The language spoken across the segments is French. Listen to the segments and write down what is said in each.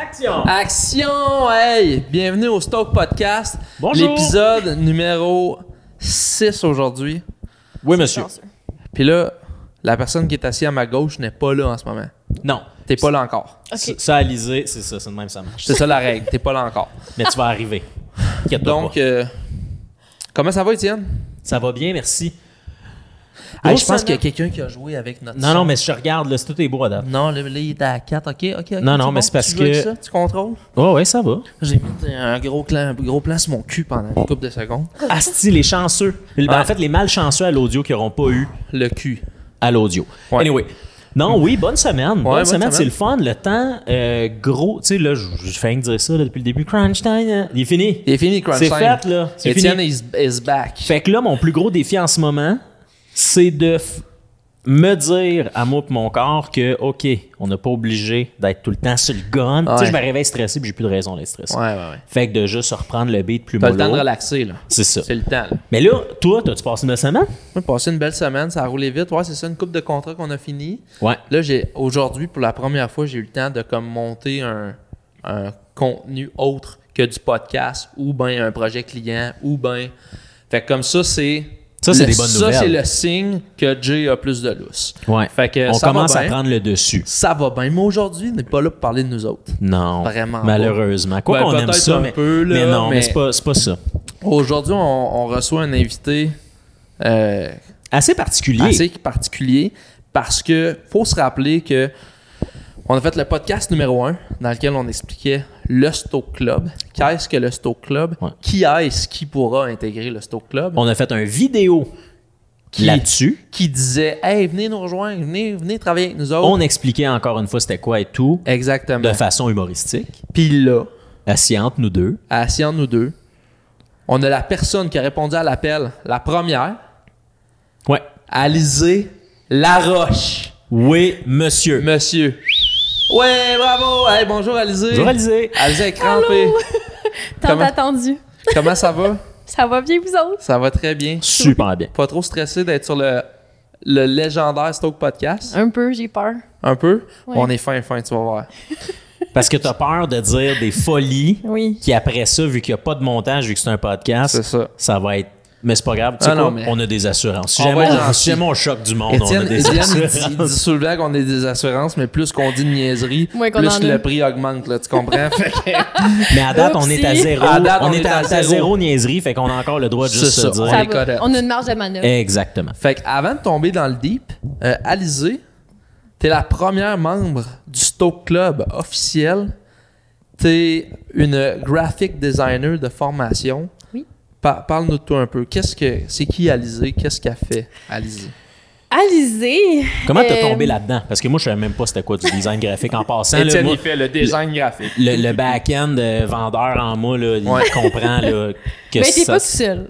Action! Action! Hey! Bienvenue au Stoke Podcast. Bonjour. L'épisode numéro 6 aujourd'hui. Oui, monsieur. Puis là, la personne qui est assise à ma gauche n'est pas là en ce moment. Non. T'es pas là encore. Ça- Ça, Alizé, c'est ça, c'est de même, ça marche. C'est ça la règle. T'es pas là encore. Mais tu vas arriver. Inquiète-toi Donc, pas. euh, comment ça va, Étienne? ça va bien, merci. Hey, Grosse je pense qu'il y a semaine. quelqu'un qui a joué avec notre. Non, son. non, mais je regarde, là, c'est tout est beau à date. Non, là, là, il était à 4. OK, OK. Non, non, mais c'est parce que- Tu contrôles? Ouais, ouais, ça va. J'ai mis un gros, clan- gros plan sur mon cul pendant une couple de secondes. Asti, les chanceux. Ben, Ouais. En fait, les malchanceux à l'audio qui n'auront pas eu Le cul. à l'audio. Ouais. Anyway. Non, oui, bonne semaine. bonne, bonne semaine, semaine. c'est le fun. Le temps, euh, gros, tu sais, là, je je fais rien que dire ça là, depuis le début. Crunch time, hein. il est fini. Il est fini, Crunch C'est Time. fait, là. C'est Étienne fini. is, is back. Fait que là, mon plus gros défi en ce moment, c'est de f- me dire à moi et mon corps que, OK, on n'est pas obligé d'être tout le temps sur le gun. Tu sais, Ouais. je me réveille stressé puis j'ai plus de raison d'être stressé. Ouais, ouais, ouais. Fait que de juste reprendre le beat plus T'as le temps de mollo. relaxer, là. C'est ça. C'est le temps, là. Mais là, toi, t'as-tu passé une belle semaine? Moi, j'ai passé une belle semaine, ça a roulé vite. Ouais, c'est ça, une coupe de contrat qu'on a fini. Ouais. Là, j'ai aujourd'hui, pour la première fois, j'ai eu le temps de comme monter un, un contenu autre que du podcast ou ben un projet client ou ben. Fait que comme ça, c'est. Ça, c'est le- des bonnes Ça, nouvelles. c'est le signe que Jay a plus de lousse. Ouais. Fait que on ça commence va à bien. prendre le dessus. Ça va bien. Mais aujourd'hui, on n'est pas là pour parler de nous autres. Non. Vraiment Malheureusement. Quoi Ben, qu'on aime peut-être ça, un mais, peu, là, mais non, mais, mais- c'est pas, c'est pas ça. Aujourd'hui, on, on reçoit un invité. euh, Assez particulier. assez particulier parce que faut se rappeler que on a fait le podcast numéro 1 dans lequel on expliquait le Stoke Club. Qu'est-ce que le Stoke Club? Ouais. Qui est-ce qui pourra intégrer le Stoke Club? On a fait un vidéo Qui- là-dessus. Qui disait Hey, venez nous rejoindre, venez, venez travailler avec nous autres. On expliquait encore une fois c'était quoi et tout, Exactement. de façon humoristique. Puis là, Assis entre nous deux. assis entre nous deux, on a la personne qui a répondu à l'appel, la première, Ouais. Alizé Laroche. Oui, monsieur. Monsieur. Ouais, bravo! Hey, bonjour Alizé. Bonjour, Alizé. Alizé est crampée. Tant Comment- attendu. Comment ça va? Ça va bien, vous autres? Ça va très bien. Super bien. Pas trop stressé d'être sur le, le légendaire Stoke Podcast? Un peu, j'ai peur. Un peu? Ouais. On est fin, fin, tu vas voir. Parce que t'as peur de dire des folies Oui. qui, après ça, vu qu'il n'y a pas de montage, vu que c'est un podcast, C'est ça. ça va être. Mais c'est pas grave. Tu sais Ah quoi? non, mais- On a des assurances. Si On va jamais être on, gentil. si jamais on choque du monde, on a Étienne, des Étienne dit, assurances. dit souvent qu'on est des assurances, mais plus qu'on dit de niaiserie, Moins qu'on plus en a. le prix augmente, là, tu comprends? Fait que- Mais à date, on est à Oupsie. zéro. À date, on, est à, zéro. zéro niaiserie, fait qu'on a encore le droit de juste C'est se ça. dire. Ouais. Ça les corrects. va. On a une marge de manœuvre. Eh. Exactement. Fait que avant de tomber dans le deep, euh, Alizé, t'es la première membre du Stoke Club officiel. T'es une graphic designer de formation. Oui. Pa- Parle-nous de toi un peu. Qu'est-ce que c'est qui Alizé Qu'est-ce qu'elle fait Alizé Alizé! Comment t'as euh, tombé là-dedans? Parce que moi, je savais même pas c'était quoi du design graphique en passant. là, moi, fait le design graphique. le, le back-end euh, vendeur en moi, là, Ouais. il comprend là, que Ben, t'es ça. pas tout seul.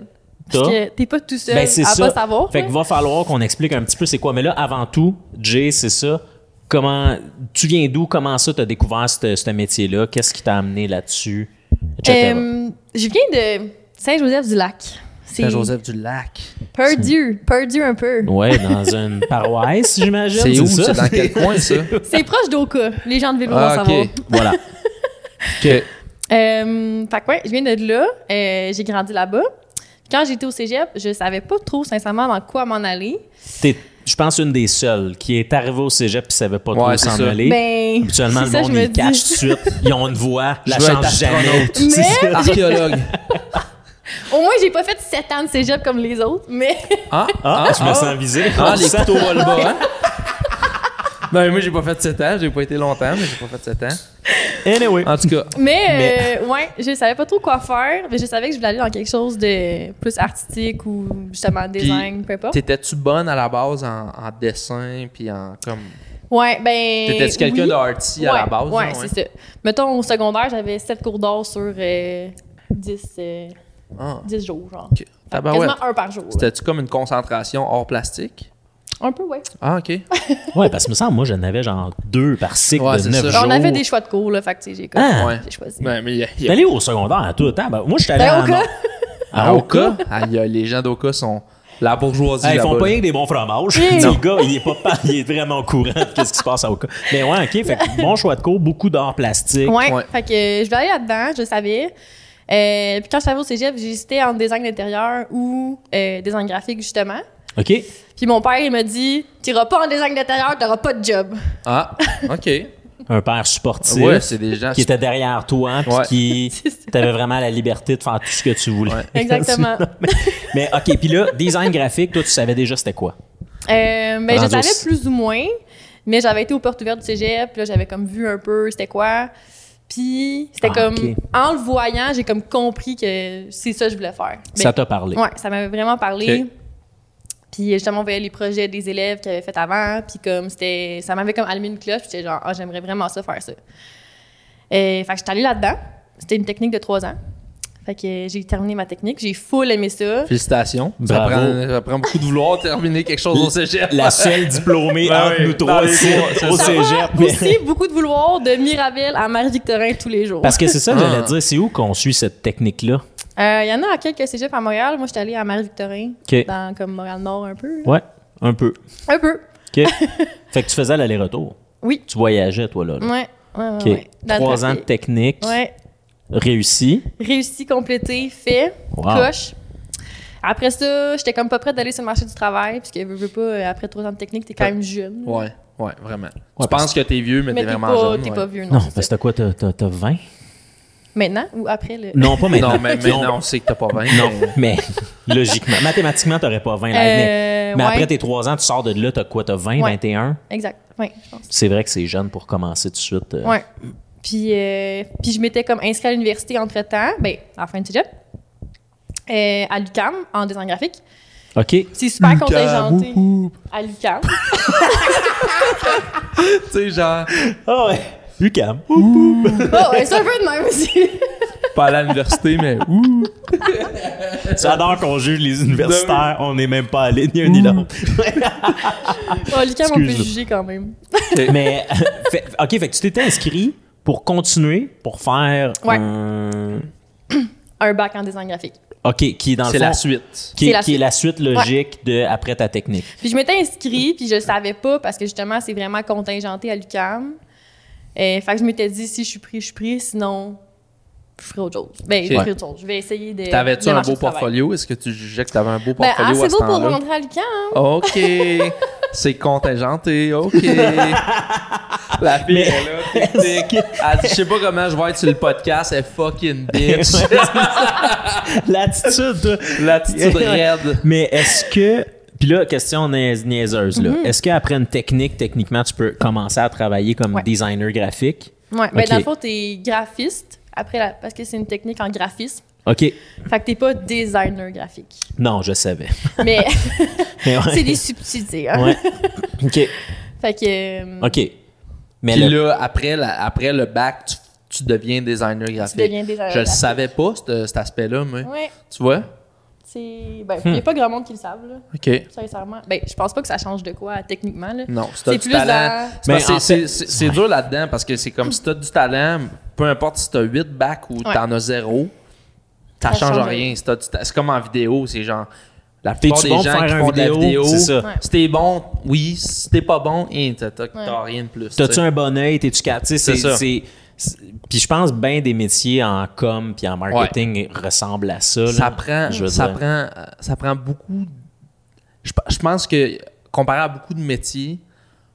Parce T'as- que t'es pas tout seul Ben, c'est à ça. pas savoir. fait que ouais. va falloir qu'on explique un petit peu c'est quoi. Mais là, avant tout, Jay, c'est ça. Comment tu viens d'où? Comment ça t'as découvert ce ce métier-là? Qu'est-ce qui t'a amené là-dessus? Etc. Euh, je viens de Saint-Joseph-du-Lac. C'est Saint-Joseph du Lac. Perdu. Perdu un peu. Ouais, dans une paroisse, j'imagine. C'est où ça? C'est dans quel coin ça C'est proche d'Oka. Les gens de vélo Ah, vont ok. savoir. Voilà. Que- Euh, fait que ouais, je viens de là. Euh, j'ai grandi là-bas. Quand j'étais au cégep, je savais pas trop, sincèrement, dans quoi m'en aller. T'es, je pense, une des seules qui est arrivée au cégep et savait pas trop Ouais, où c'est s'en ça. aller. Ben, Habituellement, c'est le ça, monde, je me ils dis. cachent tout de suite. Ils ont une voix, la Je veux être change jamais. astronaute. C'est ça. Archéologue. Au moins, j'ai pas fait 7 ans de cégep comme les autres, mais Ah, Ah, ah, je me ah. sens visé. Ah, les ça. couteaux bas le bas, hein? Ben, moi, j'ai pas fait 7 ans. J'ai pas été longtemps, mais j'ai pas fait 7 ans. Anyway. En tout cas, mais, euh, ouais, je savais pas trop quoi faire, mais je savais que je voulais aller dans quelque chose de plus artistique ou justement design, peu importe. t'étais-tu bonne à la base en, en dessin, puis en comme... Ouais, ben T'étais-tu quelqu'un oui. d'arty à Ouais, la base? Ouais, non, c'est ça. Mettons au secondaire, j'avais 7 cours d'or sur euh, 10 euh, Ah, 10 jours genre. ok. Tabarouette. Quasiment un par jour. là. C'était-tu comme une concentration hors plastique? Un peu ouais. Ah, OK. Ouais, parce que me semble, moi, j'en avais genre deux par cycle Ouais, de c'est neuf ça. Ben, jours. on avait des choix de cours là, fait que tu sais, j'ai comme Ah. Ouais. j'ai choisi. Ben, mais il y a... il y T'es a- allé Ah, au secondaire à tout le temps. Ben, moi, je suis allé Ben, à au cas. à À Oka, ah, il y a- les gens d'Oka sont La bourgeoisie. Hey, ils font là-bas, pas là. rien que des bons fromages. Hey. Le gars, il est pas pa- il est vraiment au courant de qu'est-ce qui se passe à Oka. Mais ouais, ok, fait que bon choix de cours, beaucoup d'art plastique. Ouais. Ouais. Fait que euh, je voulais aller là-dedans, je savais. Euh, puis quand je suis arrivée au cégep, j'hésitais entre design d'intérieur ou euh, design graphique, justement. Ok. Puis mon père, il m'a dit T'iras pas en design d'intérieur, t'auras pas de job. Ah, OK. Un père supportif ouais, c'est des gens. qui était derrière toi, puis Ouais. qui C'est ça. t'avais vraiment la liberté de faire tout ce que tu voulais. Ouais. Exactement. Mais ok, puis là, design graphique, toi, tu savais déjà c'était quoi Euh, ben, je Rendu au- savais plus ou moins, mais j'avais été aux portes ouvertes du cégep, puis là, j'avais comme vu un peu c'était quoi. Puis c'était Ah, comme, ok. en le voyant, j'ai comme compris que c'est ça que je voulais faire. Ben, Ça t'a parlé. Ouais, ça m'avait vraiment parlé. Ok. Puis justement, on voyait les projets des élèves qu'ils avaient fait avant, puis comme c'était, ça m'avait comme allumé une cloche, puis j'étais genre, ah, j'aimerais vraiment ça faire ça. Euh, fait que j'étais allée là-dedans. C'était une technique de trois ans. Fait que euh, j'ai terminé ma technique, j'ai full aimé ça. Félicitations. Ça Bravo. prend, ça prend beaucoup de vouloir terminer quelque chose au cégep. La seule diplômée Ouais, entre ouais. nous Ben Dans trois les ici, trois, c'est au ça. Ça va cégep. mais- aussi beaucoup de vouloir de Mirabel à Marie-Victorin tous les jours. Parce que c'est ça, que j'allais Ah. dire, c'est où qu'on suit cette technique-là Euh, Il y en a à quelques cégeps à Montréal. Moi, j'étais allée à Marie-Victorin, Ok. Oh. dans comme Montréal-Nord un peu. là. Ouais, un peu. Un peu, Ok. fait que tu faisais l'aller-retour. oui. Tu voyageais, toi, là. là. Ouais, ouais, ouais. Ok. ouais. Dans le Trois ans de trafic. technique, Ouais. réussi. réussi, complété, fait, Wow. coche. Après ça, j'étais comme pas prête d'aller sur le marché du travail, puisque veux, veux pas, euh, après trois ans de technique, t'es quand même jeune. Ouais, ouais, vraiment. Ouais, tu penses que t'es vieux, mais, Mais t'es t'es vraiment pas, jeune. t'es ouais. pas vieux, non. Non, c'est parce ça. que t'as quoi? T'as, t'as- t'as 20? Maintenant ou après le. Non, pas maintenant. Non, mais maintenant, on sait que t'as pas 20. Non, mais logiquement, mathématiquement, t'aurais pas 20. là, mais Euh, mais après ouais, tes 3 ans, tu sors de là, t'as quoi? T'as 20, Ouais. 21? Exact, ouais, je pense. C'est vrai que c'est jeune pour commencer tout de suite. euh, Ouais. Puis, euh, puis je m'étais comme inscrite à l'université entre temps, ben, à la fin du cégep, euh, à l'UCAM, en design graphique. OK. C'est super Lucas, contingenté. wouhou. À l'UCAM. Tu sais, genre, Ah ouais. UCAM. oh, ouais, c'est un peu de même aussi. pas aller à l'université, mais ouh. J'adore qu'on juge les universitaires. On n'est même pas allé ni un ni l'autre. Oh, l'UCAM, on peut Excuse-le. juger quand même. Mais, euh, fait- OK, fait que tu t'étais inscrit pour continuer, pour faire Ouais. un- Un bac en design graphique. OK, qui est dans le C'est fond- la suite. Qui, C'est est- la qui est la suite logique de après ta technique. Puis je m'étais inscrite, puis je savais pas parce que justement, c'est vraiment contingenté à l'UCAM. Euh, fait que je m'étais dit, si je suis pris, je suis pris, sinon, je ferai autre chose. Ben, je Ouais. ferai autre chose. Je vais essayer de. T'avais-tu de un marcher beau du travail. portfolio? Est-ce que tu jugeais que t'avais un beau Ben, ah, portfolio à c'est ce beau pour temps-là? rentrer à l'UCAM. OK. C'est contingenté. OK. La fille Mais- est là. tic, tic. Elle dit, je sais pas comment je vais être sur le podcast. Elle est fucking bitch. L'attitude. L'attitude raide. Mais est-ce que. Puis là, question niaise- niaiseuse. Mm-hmm. là. Est-ce qu'après une technique, techniquement, tu peux commencer à travailler comme Ouais. designer graphique? Ouais, ben, Ok. dans le fond, t'es graphiste. Après, la- parce que c'est une technique en graphisme. OK. Fait que t'es pas designer graphique. Non, je savais. Mais Mais ouais. c'est des subtilités. Hein? Ouais. OK. Fait que. euh, OK. Mais Puis le- là, après, la- après le bac, tu, tu deviens designer graphique. deviens designer Je le graphique. savais pas, c'te- cet aspect-là, mais. Ouais. Tu vois? C'est. Ben, Hmm. il y a pas grand monde qui le savent, là. OK. Sincèrement. Ben, je pense pas que ça change de quoi techniquement, là. Non, si t'as C'est du plus talent. dans- c'est parce Mais que en C'est fait- c'est- c'est dur là-dedans parce que c'est comme si t'as du talent, peu importe si t'as 8 bacs ou t'en as 0, ça, Ça change change rien. Si t'as du ta- C'est comme en vidéo, c'est genre. La plupart T'es-tu bon des pour gens qui faire un font de la vidéo? vidéo, C'est ça. Ouais. si t'es bon, oui. Si t'es pas bon, hein, t'as t'as- t'as rien de plus. T'as-tu t'sais. un bon œil? T'es-tu capable? Tu sais, C'est c'est- ça. c'est- c'est- Puis je pense bien des métiers en com puis en marketing ressemblent à ça. là. ça prend, je veux ça dire. prend, euh, ça prend beaucoup. Je, pe- je pense que comparé à beaucoup de métiers,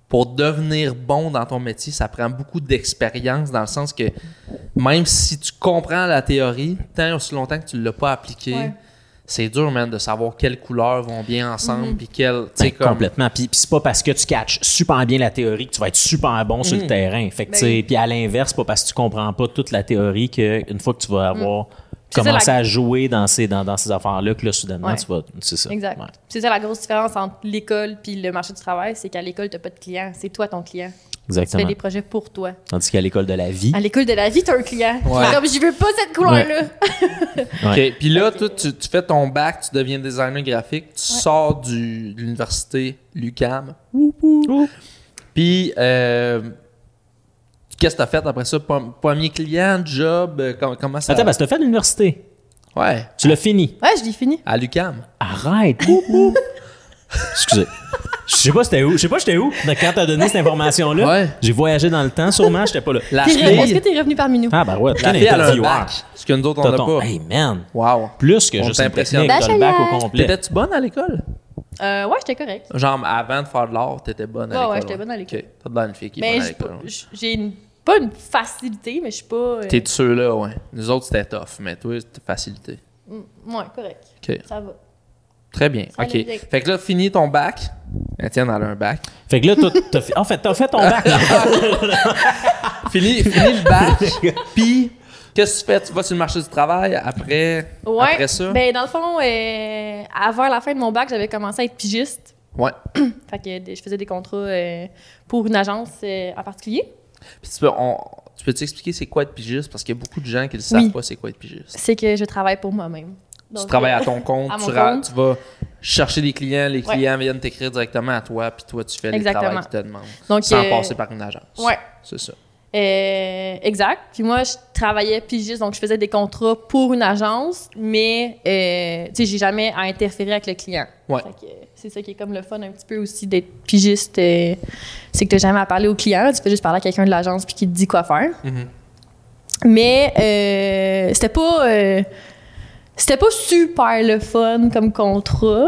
pour devenir bon dans ton métier, ça prend beaucoup d'expérience dans le sens que même si tu comprends la théorie, tant et aussi longtemps que tu ne l'as pas appliquée, Ouais. c'est dur, man, de savoir quelles couleurs vont bien ensemble, puis quelles. tu Ben, sais, comme- Complètement. Puis, puis c'est pas parce que tu catches super bien la théorie que tu vas être super bon Mm. sur le terrain. Fait que, Ben tu sais, oui. Puis à l'inverse, c'est pas parce que tu comprends pas toute la théorie qu'une fois que tu vas avoir Mm. C'est ça, commencé la- à jouer dans ces, dans, dans ces affaires-là, que là, soudainement, Ouais. tu vas. C'est ça. Exact. Ouais. C'est ça la grosse différence entre l'école puis le marché du travail, c'est qu'à l'école, t'as pas de client, c'est toi ton client. Tu fais Exactement. des projets pour toi. Tandis qu'à l'école de la vie, À l'école de la vie, t'as un client. Ouais. C'est Comme je veux pas cette couleur-là. OK. Ouais. Puis là, toi, tu, tu fais ton bac, tu deviens designer graphique, tu sors du, de l'université Lucam. Ah. Puis, euh, qu'est-ce que tu as fait après ça? Pom- Premier client, job, euh, com- comment ça Attends, parce que t'as fait l'université. Ouais. Tu l'as fini. Ouais, je l'ai fini. À l'UCAM. Arrête. Ouh, ouh. Excusez. Je sais pas c'était où. Je sais pas j'étais où. Mais quand t'as donné cette information-là, Ouais. j'ai voyagé dans le temps, sûrement, j'étais pas là. La T'es re- Est-ce que fille, t'es revenu parmi nous? Ah ben ouais, la quel fille elle a un intervieweur. bac. Ce que nous autres, on T'as n'a ton- pas. Hey man. Wow. Plus que On juste une t'impressionne. technique, t'as le bac au complet. T'étais-tu bonne à l'école? Euh, ouais, j'étais correct. Genre, avant de faire de l'art, t'étais bonne à Ouais, l'école. ouais, j'étais bonne à l'école. OK. T'as de l'air d'une fille qui est Mais bonne à j'ai l'école. pas- j'ai une- pas une facilité, mais je suis pas. euh, T'es de ceux-là, ouais. Nous autres, c'était tough, mais toi, c'était facilité. mm, Ouais, correct. OK. Ça va. Très bien. Ça allait OK. bien. Fait que là, fini ton bac. Étienne, elle a un bac. Fait que là, toi, t'as fait... En fait, t'as fait ton bac. Fini, fini le bac. Puis, qu'est-ce que tu fais? Tu vas sur le marché du travail après, Ouais. après ça? Ben, dans le fond, euh, avant la fin de mon bac, j'avais commencé à être pigiste. Ouais. Fait que des- je faisais des contrats euh, pour une agence euh, en particulier. Puis tu peux, on- tu peux t'expliquer c'est quoi être pigiste? Parce qu'il y a beaucoup de gens qui ne savent Oui. pas c'est quoi être pigiste. C'est que je travaille pour moi-même. tu Donc, travailles à ton compte, à tu, mon ra- compte. tu vas chercher des clients, les Ouais. clients viennent t'écrire directement à toi, puis toi, tu fais le Exactement. travail qu'ils te demandent. Donc, sans euh, passer par une agence. Ouais. C'est ça. Euh, exact. Puis moi, je travaillais pigiste, donc je faisais des contrats pour une agence, mais euh, tu sais, j'ai jamais à interférer avec le client. Ouais. Fait que, euh, c'est ça qui est comme le fun un petit peu aussi d'être pigiste, euh, c'est que t'as jamais à parler au client, tu peux juste parler à quelqu'un de l'agence puis qui te dit quoi faire. Mhm. Mais euh, c'était pas euh, c'était pas super le fun comme contrat.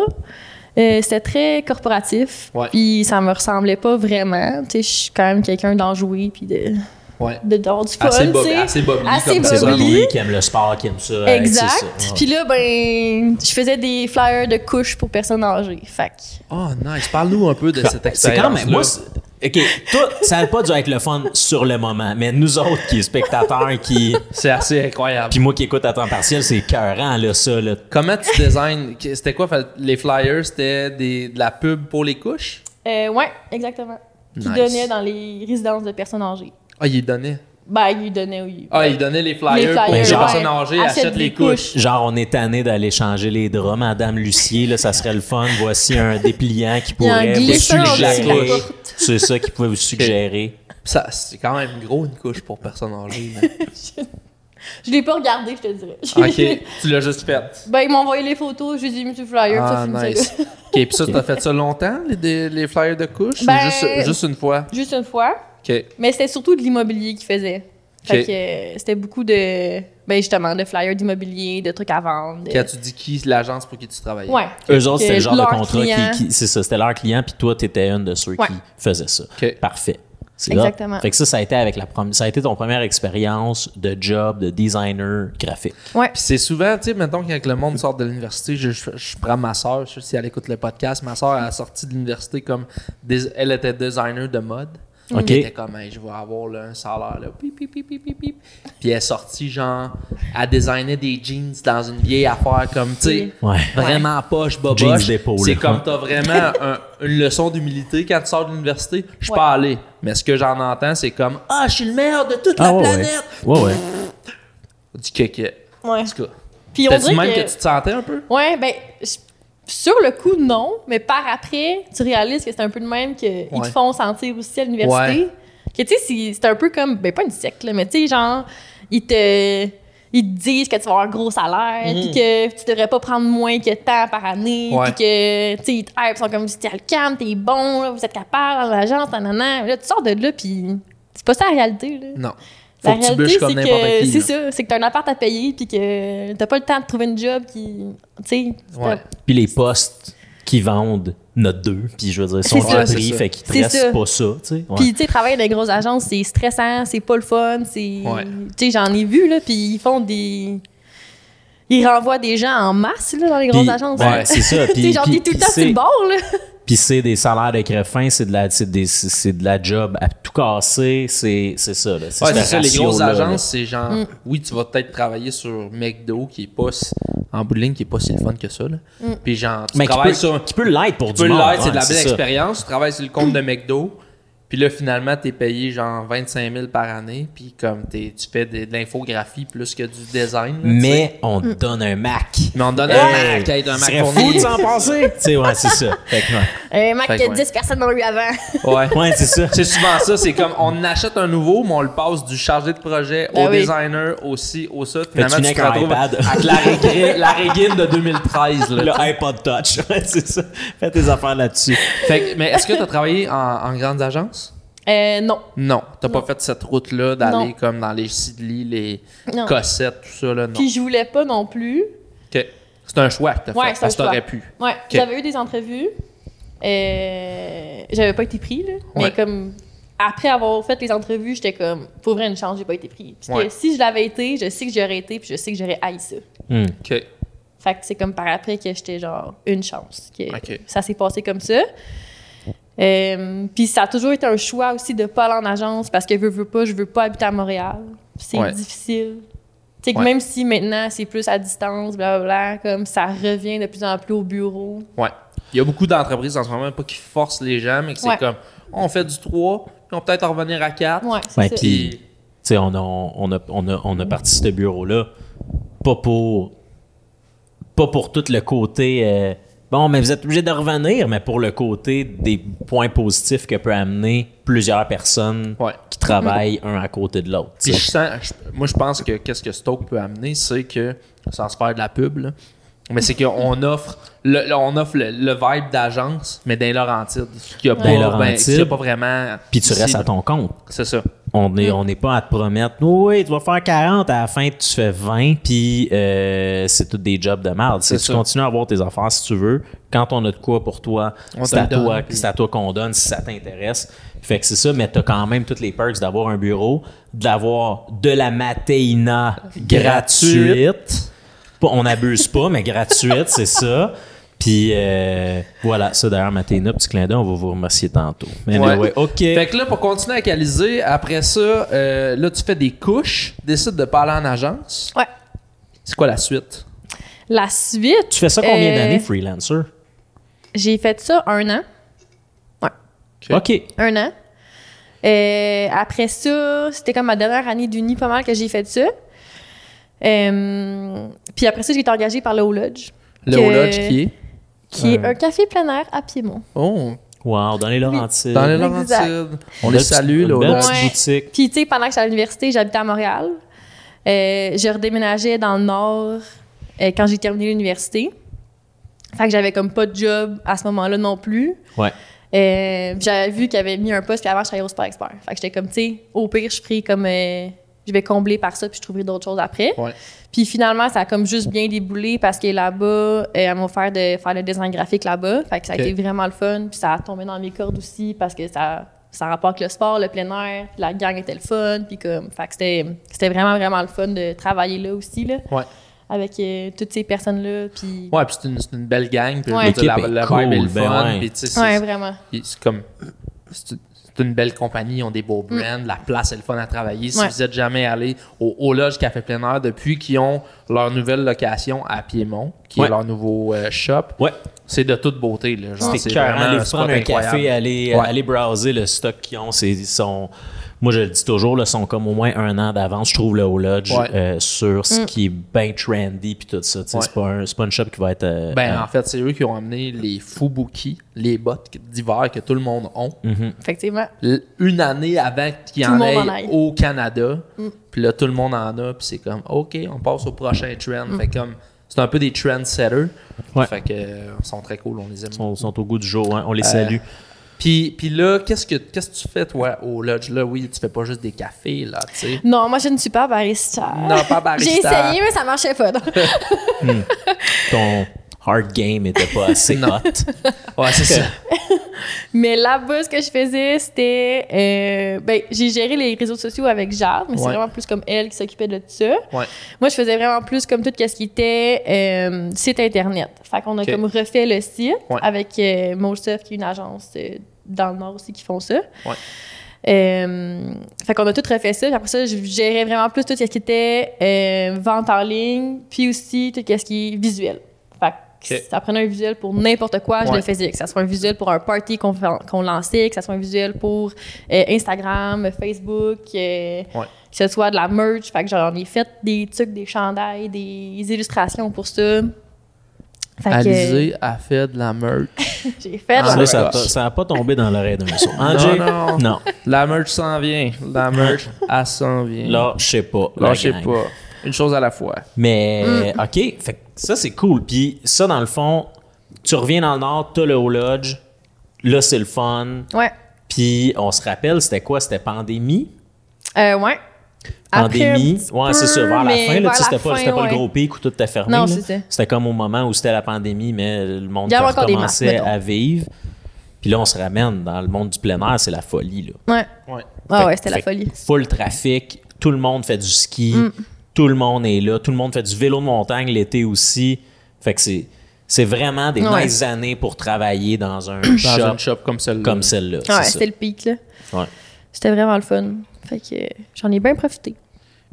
Euh, c'était très corporatif, Ouais. puis ça me ressemblait pas vraiment. Tu sais, je suis quand même quelqu'un d'enjoué puis de Ouais. de d'avoir du fun, Assez, tu bob, sais. assez bobby Assez comme C'est ça. vraiment Bobby. lui qui aime le sport, qui aime ça. hein, Exact. c'est ça. Puis là, ben, je faisais des flyers de couches pour personnes âgées. Fait que- Oh, nice. Parle-nous un peu de cette expérience. C'est quand même. Moi, c'est- OK, toi, ça n'a pas dû être le fun sur le moment, mais nous autres qui spectateurs, qui. c'est assez incroyable. Puis moi qui écoute à temps partiel, c'est écœurant, là, ça, là. Comment tu designs que- C'était quoi fait- les flyers C'était des- de la pub pour les couches Euh, ouais, exactement. Qui Nice. donnait dans les résidences de personnes âgées. Ah, il donnait. Ben, il donnait oui. Ah, il donnait les flyers, Les flyers, pour les ouais. personnes âgées Achète achètent des les couches. Genre, on est tanné d'aller changer les draps, Madame Lucier, là, ça serait le fun. Voici un dépliant qui Il y a un pourrait vous glisseur au-dessus de la suggérer. porte. C'est ça qui pouvait vous suggérer. Ça, c'est quand même gros une couche pour personnes âgées. mais- Je l'ai pas regardé, je te dirais. Ah, ok, tu l'as juste fait. ben, ils m'ont envoyé les photos, je les ai mis sur flyer, Ah, ça finissait nice. là. Ok, puis ça, t'as fait ça longtemps, les, des- les flyers de couches ou Ben- euh, juste, juste une fois Juste une fois. Ok. Mais c'était surtout de l'immobilier qu'ils faisaient. Fait Ok. que euh, c'était beaucoup de. Ben, justement, de flyers d'immobilier, de trucs à vendre. de- Quand tu dis qui, l'agence pour qui tu travaillais Ouais. Eux autres, c'était le Que genre de leur contrat client- qui. qui- c'est ça, c'était leur client, puis toi, t'étais une de ceux Ouais. qui faisaient ça. Ok. Parfait. C'est Exactement. hot. Fait que ça, ça a été avec la prom- ça a été ton première expérience de job de designer graphique. Ouais. Puis c'est souvent, tu sais, mettons, quand le monde sort de l'université, je, je- je prends ma soeur, si elle écoute le podcast, ma soeur, elle a sorti de l'université comme. des- elle était designer de mode. OK. Elle était comme, Hey, je vais avoir là, un salaire, là. Pip, pip, pip, pip, pip, pip. Puis elle est sortie, genre, elle designait des jeans dans une vieille affaire, comme, tu sais, Ouais. vraiment poche, boboche. Jeans d'épaule. C'est comme, Ouais. t'as vraiment un- une leçon d'humilité quand tu sors de l'université. Je suis pas allé. Mais ce que j'en entends, c'est comme, ah, je suis le meilleur de toute la ouais, ouais. planète. Ouais, ouais. Du kéké. Ouais. En tout cas. Puis on T'as-tu dirait même que... que. tu te sentais un peu? Ouais, ben, je- sur le coup, non, mais par après, tu réalises que c'est un peu de même qu'ils Ouais. te font sentir aussi à l'université. Ouais. Que tu sais, c'est- c'est un peu comme, ben, pas une secte, là, mais tu sais, genre, ils te, ils te disent que tu vas avoir un gros salaire, puis que tu devrais pas prendre moins que tant par année, Mhm. Ouais. puis que, tu sais, ils te hype, ils sont comme, t'es à le calme, t'es bon, là, vous êtes capable, l'agence, nanana. Là, tu sors de là, puis c'est pas ça la réalité, là. Non. La Faut que tu bûches réalité, comme c'est n'importe que qui. c'est là. ça, c'est que t'as un appart à payer puis que t'as pas le temps de trouver une job qui, tu sais, c'est Ouais. pas- Puis les postes qui vendent notre deux, puis je veux dire, sont C'est ça. à prix, C'est ça. fait qu'ils te C'est restent ça. pas ça, tu sais. Ouais. Puis tu sais, travailler dans les grosses agences, c'est stressant, c'est pas le fun, c'est, Ouais. tu sais, j'en ai vu là, puis ils font des, ils renvoient des gens en masse là dans les grosses Puis- agences. ouais, là. c'est ça. Tu sais, Puis- genre puis- t'es tout le puis temps sur c'est- le bord là. Puis c'est des salaires de crépin, c'est de la c'est des- c'est- c'est de la job à tout casser, c'est c'est ça là. Ouais, ce c'est ça, les grosses ratio-là, là. agences, c'est genre, Mm. oui, tu vas peut-être travailler sur McDo qui est pas, si- en bout de ligne, qui est pas si le fun que ça, là. Mm. Puis genre, tu Mais qui travailles peut, sur. qui peut l'être pour Tu peux du monde. l'être, c'est de la ouais, belle ça. expérience. Tu travailles sur le compte de Mm. McDo. Puis là, finalement, t'es payé genre 25 000 par année. Puis comme t'es- tu fais des- de l'infographie plus que du design. là, tu sais. Mais on te Mm. donne un Mac. Mais on te donne un Hey, Mac, hey, t'as un Mac serait fourni. fou de s'en passer. tu sais, ouais, c'est ça. Fait que, ouais. Euh, Mac, Fait que il y a ouais. 10 personnes dans la rue avant. Ouais. Ouais, c'est ça. C'est souvent ça, c'est comme on achète un nouveau, mais on le passe du chargé de projet Ben au oui. designer, aussi, au ça. Finalement, tu tu n'es te qu'un retrouves iPad. avec la régri- la régine de 2013. là. Le iPod Touch. Ouais, c'est ça. Fais tes affaires là-dessus. Fait que- mais est-ce que tu as travaillé en, en grandes agences? Euh, non. Non, t'as pas fait cette route-là d'aller Non. comme dans les Sidley, les Non. Cossettes, tout ça, là, non. Puis je voulais pas non plus. Ok. C'est un choix que t'as Ouais, fait, c'est parce que un choix. t'aurais pu. Ouais, j'avais eu des entrevues. Euh, j'avais pas été pris, là. Ouais. Mais comme, après avoir fait les entrevues, j'étais comme, pour vrai, une chance, j'ai pas été pris. Puis Ouais. que si je l'avais été, je sais que j'aurais été, puis je sais que j'aurais haï ça. Hmm. Ok. Fait que c'est comme par après que j'étais genre une chance. Que Ok. Ça s'est passé comme ça. Euh, Puis ça a toujours été un choix aussi de pas aller en agence parce que veux, veux pas, je veux pas habiter à Montréal. C'est Ouais. difficile. Tu sais, que Ouais. même si maintenant c'est plus à distance, blablabla, comme ça revient de plus en plus au bureau. Ouais. Il y a beaucoup d'entreprises en ce moment, pas qui forcent les gens, mais que c'est Ouais. comme, on fait du 3, puis on peut peut-être en revenir à 4. Ouais, c'est Ouais, ça. puis- Tu sais, on a, on, a, on, a, on a parti ce bureau-là, pas pour, pas pour tout le côté. euh, bon, mais vous êtes obligé de revenir, mais pour le côté des points positifs que peut amener plusieurs personnes Ouais. qui travaillent un à côté de l'autre. tu sais. Puis je sens, je- moi, je pense que qu'est-ce que Stoke peut amener, c'est que, sans se faire de la pub, là, mais c'est qu'on offre le, le- on offre le, le vibe d'agence, mais d'un Laurentide, qui a, pas, ben, Laurentides. qu'il y a pas vraiment. Puis tu ici, restes là. à ton compte. C'est ça. On n'est on n'est pas à te promettre, oui, tu vas faire 40, à la fin, tu fais 20, puis euh, c'est tous des jobs de merde. C'est- Tu C'est ça. continues à avoir tes affaires si tu veux. Quand on a de quoi pour toi, On te c'est à, le donne, toi- puis- c'est à toi qu'on donne si ça t'intéresse. Fait que c'est ça, mais tu as quand même toutes les perks d'avoir un bureau, d'avoir de la matéina gratuite. Pas- On n'abuse pas, mais gratuite, c'est ça. Puis euh, voilà, ça d'ailleurs, Matéina, petit clin d'œil, on va vous remercier tantôt. Mais Ouais. anyway, OK. Fait que là, pour continuer à caliser, après ça, euh, là, tu fais des couches, décides de pas aller en agence. Ouais. C'est quoi la suite? La suite, Tu fais ça combien Euh, d'années, freelancer? j'ai fait ça un an. OK. un an. Euh, après ça, c'était comme ma dernière année d'uni, pas mal que j'ai fait ça. Euh, puis après ça, j'ai été engagée par le Haut Lodge, Le Que- Haut Lodge qui est. qui est un café plein air à Piémont. Oh, Wow, dans les Laurentides. dans les Exact. Laurentides. On Une les belle salue, petite- le une Haut belle Lodge. petite Ouais. boutique. Puis, tu sais, pendant que j'étais à l'université, j'habitais à Montréal. Euh, je redéménageais dans le nord euh, quand j'ai terminé l'université. Fait que j'avais comme pas de job à ce moment-là non plus. Ouais. Euh, puis j'avais vu qu'il avait mis un poste, puis avant, je travaillais au Sport Expert. Fait que j'étais comme, tu sais, au pire, je prie comme. euh, je vais combler par ça, puis je trouverai d'autres choses après. Ouais. Puis finalement, ça a comme juste bien déboulé parce que là-bas, euh, elles m'ont offert de faire le design graphique là-bas. Fait que ça a Ok. été vraiment le fun. Puis ça a tombé dans mes cordes aussi parce que ça, ça rapporte le sport, le plein air, puis la gang était le fun. Puis comme, fait que c'était, c'était vraiment, vraiment le fun de travailler là aussi, là, Ouais. avec euh, toutes ces personnes-là. Puis, Ouais, puis c'est une, c'est une belle gang, puis Ouais. je veux dire, la, L'équipe est la vibe est le cool, ben fun, ouais. puis tu sais, c'est- Ouais, vraiment. c'est c'est comme, c'est une- c'est une belle compagnie, ils ont des beaux brands, la place est le fun à travailler. Si Ouais. vous êtes jamais allé au Haut Lodge Café Plein Air depuis qu'ils ont leur nouvelle location à Piémont, qui Ouais. est leur nouveau euh, shop, Ouais, c'est de toute beauté. Là, genre, c'est c'est cœur. vraiment Aller un vous spot prendre un incroyable. café, aller, euh, Ouais. aller browser le stock qu'ils ont. C'est, ils sont, moi, je le dis toujours, là, sont comme au moins un an d'avance, je trouve, le au Lodge, Ouais. euh, sur Mm. ce qui est bien trendy puis tout ça. tu sais, Ouais. C'est, pas un, c'est pas une shop qui va être... euh, Ben, euh, en fait, c'est eux qui ont amené les Fubuki, les bottes d'hiver que tout le monde a. Effectivement. L- une année avant qu'il y Tout le en monde ait en aille. Mm. au Canada. Puis là, tout le monde en a. Puis c'est comme, OK, on passe au prochain trend. Mm. Fait comme, c'est un peu des trendsetters. Ouais. Fait que, euh, ils sont très cool, on les aime. ils sont, sont au goût du jour, hein, on les Euh. salue. Puis, puis là, qu'est-ce que, qu'est-ce que tu fais, toi, au Lodge? Là, oui, tu fais pas juste des cafés, là, tu sais. Non, moi, je ne suis pas barista. Non, pas barista. Mm. J'ai essayé, mais ça marchait pas. non. Ton hard game était pas assez Non. hot. Ouais, c'est ça. Mais là-bas, ce que je faisais, c'était. euh, ben, j'ai géré les réseaux sociaux avec Jade, mais c'est Ouais. vraiment plus comme elle qui s'occupait de tout ça. Ouais. Moi, je faisais vraiment plus comme tout ce qui était euh, site Internet. Fait qu'on a Ok. comme refait le site Ouais. avec euh, Mosoft, qui est une agence euh, dans le Nord aussi qui font ça. Ouais. Euh, fait qu'on a tout refait ça. Puis Après ça, je gérais vraiment plus tout ce qui était euh, vente en ligne, puis aussi tout ce qui est visuel. Fait que Ok. ça prenait un visuel pour n'importe quoi, je Ouais. le faisais. Que ça soit un visuel pour un party qu'on fa- qu'on lançait, que ça soit un visuel pour euh, Instagram, Facebook, euh, que ce soit de la merch. Fait que j'en ai fait des trucs, des chandails, des illustrations pour ça. Fait que, Alizé a fait de la merch. J'ai fait. Ah, Ça, là. ouais. ça n'a pas, ça a pas tombé dans l'oreille d'un sourd. Non, André, non. non. La merch s'en vient. La merch, elle s'en vient. Là, je sais pas. Là, la je sais gang. pas. Une chose à la fois. Mais, Mm. OK, fait que ça, c'est cool. Puis ça, dans le fond, tu reviens dans le Nord, t'as le Haut Lodge. Là, c'est le fun. Ouais. Puis on se rappelle, c'était quoi? C'était pandémie? Euh, ouais. Après, un Pandémie. petit Ouais, c'est peu, ça, vers la mais fin. Là, vers tu sais, la c'était pas, fin, c'était pas ouais. le gros pic où tout était fermé. Non, là. c'est ça. C'était comme au moment où c'était la pandémie, mais le monde Il y avait encore des recommençait masques, mettons. à vivre. Puis là, on se ramène dans le monde du plein air, c'est la folie. Là. Ouais. Ouais. Ah Fait- ouais, c'était la fait folie. Mm. que Full trafic, tout le monde fait du ski, tout le monde est là, tout le monde fait du vélo de montagne l'été aussi. Fait que c'est, c'est vraiment des Ouais. nice années pour travailler dans un Dans shop une shop comme celle-là. comme celle-là. c'est ça. Ouais, c'était le pic, là. Ouais. C'était vraiment le fun. Fait que euh, j'en ai bien profité.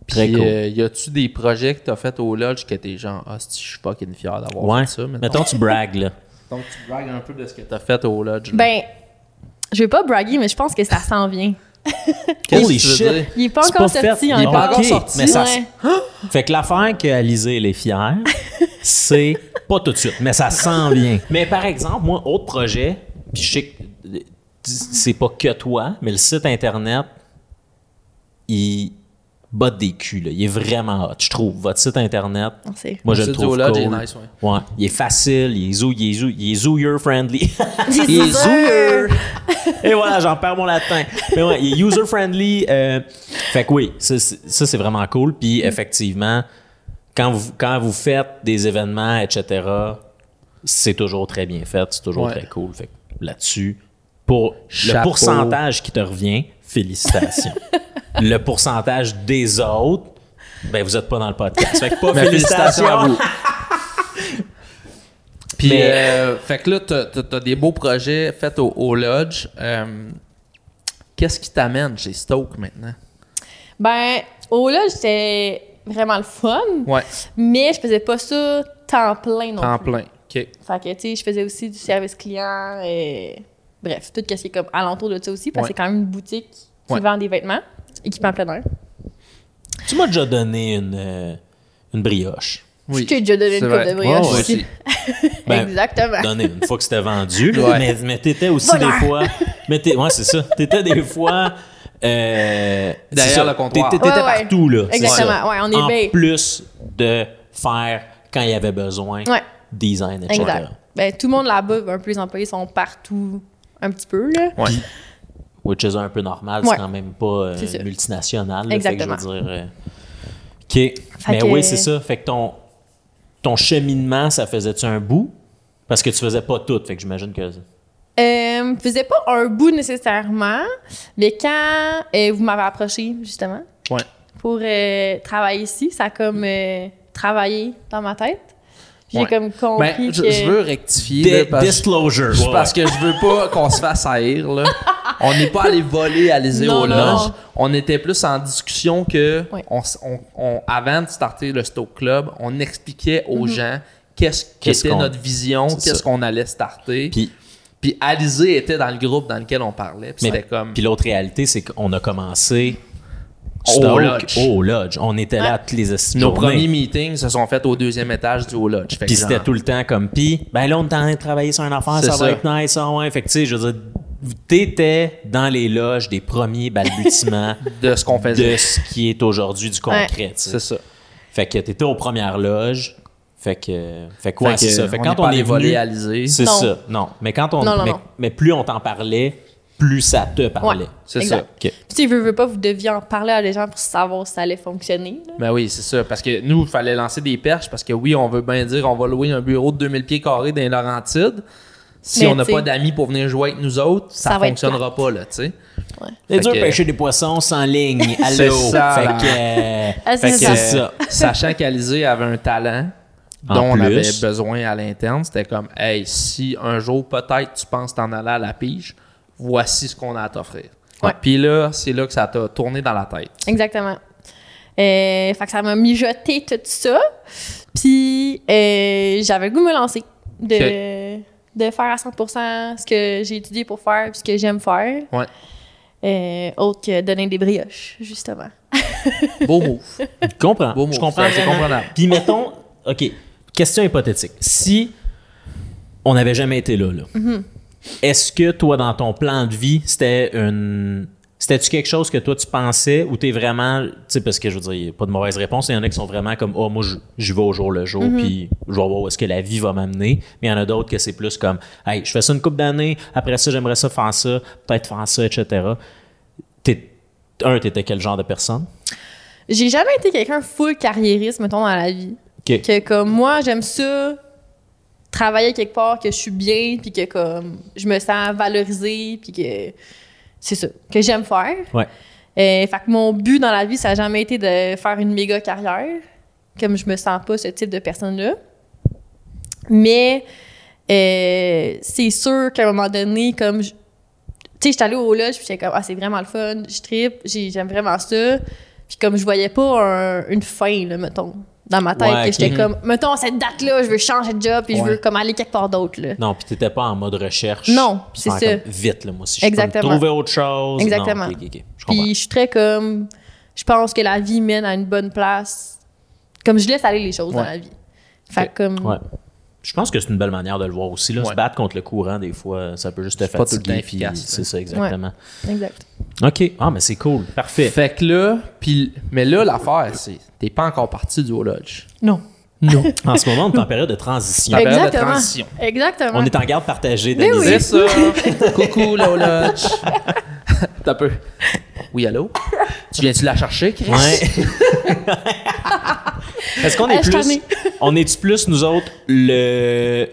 Très Puis, cool. euh, y a-tu des projets que t'as fait au Lodge que t'es genre, ah, si, je suis fucking fier d'avoir Ouais. fait ça. mettons. Mettons, tu bragues, là. Donc, tu bragues un peu de ce que t'as fait au Lodge. là. Ben, je vais pas braguer, mais je pense que ça s'en vient. Qu'est-ce Holy que tu veux shit! dire? Il est pas C'est encore pas sorti fait. Il est encore. pas encore Ok, sorti. Hein? Mais ça- Ouais. Fait que l'affaire que Alizé elle est fière, c'est pas tout de suite, mais ça s'en vient. Mais par exemple, moi, autre projet, puis je sais que euh, c'est pas que toi, mais le site internet, il botte des culs, là. Il est vraiment hot, je trouve. Votre site internet, Merci. moi, je Le le site du trouve Lodge cool. est nice, ouais. Ouais, il est facile, il est zoo, il est zoo, il est zooyer friendly. Il est zooyer. Et voilà, j'en perds mon latin. Mais ouais, il est user friendly. euh, fait que oui, ça c'est ça, c'est vraiment cool. Puis effectivement, quand vous quand vous faites des événements, etc., c'est toujours très bien fait, c'est toujours Ouais. très cool. Fait que là-dessus, pour le Chapeau. pourcentage qui te revient, félicitations. le pourcentage des autres, ben vous êtes pas dans le podcast. Fait que pas Mais félicitations. Ben, félicitations à vous. Puis, Mais- euh, fait que là, t'as, t'as- t'as des beaux projets faits au, au Lodge. Euh, qu'est-ce qui t'amène chez Stoke maintenant? Ben, au là, c'était vraiment le fun, Ouais, mais je faisais pas ça temps plein non en plus. plein. OK. Fait que, tu sais, je faisais aussi du service client et. Bref, tout ce qui est comme alentour de ça aussi, parce Ouais. que c'est quand même une boutique qui Ouais. vend des vêtements, équipés en plein air. Tu m'as déjà donné une euh, une brioche. Je t'ai déjà donné C'est une coupe vrai. Oh, de brioche Ouais, ouais, aussi. si. Ben, Exactement. donné une fois que c'était vendu. là, Ouais. Mais, mais t'étais aussi Voleur. des fois. Mais t'es- ouais, c'est ça. T'étais des fois. euh, c'est Derrière ça, le comptoir. T'étais t'étais Ouais, ouais. partout, là. c'est Exactement, ça. ouais, on En éveille. plus de faire quand il y avait besoin, Ouais. design, etc. Exact. Ben, tout le monde là-bas, un peu les employés sont partout un petit peu, là. Ouais. Which is un peu normal, Ouais. c'est quand même pas euh, C'est ça. multinational. là, Exactement. Fait que je veux dire. euh, OK. mais que- oui, c'est ça. Fait que ton, ton cheminement, ça faisait-tu un bout? Parce que tu faisais pas tout. Fait que j'imagine que. Euh, faisais pas un bout nécessairement, mais quand euh, vous m'avez approché, justement, Ouais. pour euh, travailler ici, ça a comme euh, travaillé dans ma tête. J'ai Ouais. comme Ben, compris je, que... je veux rectifier. là, Di- parce que- disclosure. C'est Ouais, parce que je veux pas qu'on se fasse haïr, là. On n'est pas allé voler à les Non, au non, lodge. non. On était plus en discussion que Ouais. on, s- on- on- avant de starter le Stoke Club, on expliquait aux Mhm. gens qu'est-ce Qu'est-ce qu'était qu'on- notre vision, C'est qu'est-ce ça. qu'on allait starter. Puis, Puis Alizé était dans le groupe dans lequel on parlait. Puis Mais- c'était comme. Puis l'autre réalité, c'est qu'on a commencé Au Stoke, Lodge. au Lodge. On était là Ouais. toutes les assises nos premiers meetings se sont faits au deuxième étage du haut lodge. Fait que Puis c'était genre, tout le temps comme, puis ben là, on est en train de travailler sur une affaire, C'est ça, ça. va être nice, ah ouais. Fait que tu sais, je veux dire, t'étais dans les loges des premiers balbutiements de ce qu'on faisait. de ce qui est aujourd'hui du concret. tu sais. C'est ça. Fait que t'étais aux premières loges. Fait que, fait quoi, c'est ça. Fait que quand on on est, est volé venu, à Alizé. c'est Non. ça. Non, mais quand on, Non, non, mais, non. mais plus on t'en parlait, plus ça te parlait. Ouais. C'est Exact. ça. Ok. Puis, tu sais, veux, veux pas, vous deviez en parler à des gens pour savoir si ça allait fonctionner. là. Ben oui, c'est ça. Parce que nous, il fallait lancer des perches parce que oui, on veut bien dire on va louer un bureau de 2000 pieds carrés dans les Laurentides. Si Mais on n'a t'sais- pas d'amis pour venir jouer avec nous autres, ça, Ça va être fonctionnera pas, là, tu sais. C'est Fait dur que- de pêcher des poissons sans ligne. C'est Allô. ça, fait là. que, Ah, c'est fait que ça. c'est ça. Sachant qu'Alizé avait un talent En dont on plus. avait besoin à l'interne, c'était comme, hey, si un jour peut-être tu penses t'en aller à la pige, voici ce qu'on a à t'offrir. Ouais. Puis là, c'est là que ça t'a tourné dans la tête. Exactement. Euh, fait que ça m'a mijoté tout ça. Puis euh, j'avais le goût de me lancer, de, de faire à 100% ce que j'ai étudié pour faire puis ce que j'aime faire. Ouais. Euh, autre que donner des brioches, justement. Beau move. Je comprends. Beau mot. Je comprends. C'est- c'est vraiment. comprenable. Puis mettons, OK, question hypothétique. Si on n'avait jamais été là. là. Est-ce que toi, dans ton plan de vie, c'était une. C'était-tu quelque chose que toi tu pensais ou t'es vraiment. Tu sais, parce que je veux dire, il n'y a pas de mauvaise réponse. Il y en a qui sont vraiment comme, oh, moi, je- j'y vais au jour le jour, puis je vais voir où est-ce que la vie va m'amener. Mais il y en a d'autres que c'est plus comme, hey, je fais ça une couple d'années, après ça, j'aimerais ça faire ça, peut-être faire ça, etc. T'es- un, t'étais quel genre de personne? J'ai jamais été quelqu'un full carriériste, mettons, dans la vie. Ok. Que comme moi, j'aime ça, travailler quelque part, que je suis bien, puis que comme je me sens valorisée, puis que c'est ça, que j'aime faire. Ouais. Euh, fait que mon but dans la vie, ça n'a jamais été de faire une méga carrière, comme je me sens pas ce type de personne-là. Mais euh, c'est sûr qu'à un moment donné, comme je- tu sais, j'étais allée au lodge, puis j'étais comme ah c'est vraiment le fun, je tripe, j'ai- j'aime vraiment ça. Puis comme je voyais pas un- une fin là, mettons, dans ma tête, Ouais, que ok. j'étais comme mettons à cette date-là, je veux changer de job, puis je Ouais. veux comme aller quelque part d'autre là. Non, puis t'étais pas en mode recherche. Non, Puis c'est faire ça. comme, vite, là, moi aussi. Je Exactement. Peux me trouver autre chose. Non, Exactement. ok, ok, ok, Je comprends. Puis je suis très comme. Je pense que la vie mène à une bonne place. Comme je laisse aller les choses dans Ouais. la vie. Fait Ok. que comme. Ouais. Je pense que c'est une belle manière de le voir aussi. Là. Se Ouais. battre contre le courant, des fois, ça peut juste te C'est pas tout le fatiguer. temps puis efficace, C'est hein. ça, exactement. Exact. OK. Ah, mais c'est cool. Parfait. Fait que là, pis, mais là, l'affaire, c'est t'es pas encore parti du Haut Lodge. Non. Non. En ce moment, on est en période de transition. Parfait. période de Exactement. transition. Exactement. On est en garde partagée, Mais Denise. oui. C'est ça. uh, Coucou, le Haut Lodge. T'as peu. Oui, allô? Tu viens-tu la chercher, Chris? Ouais. Est-ce qu'on est Ah, je t'en plus. ai. On est-tu plus, nous autres, le.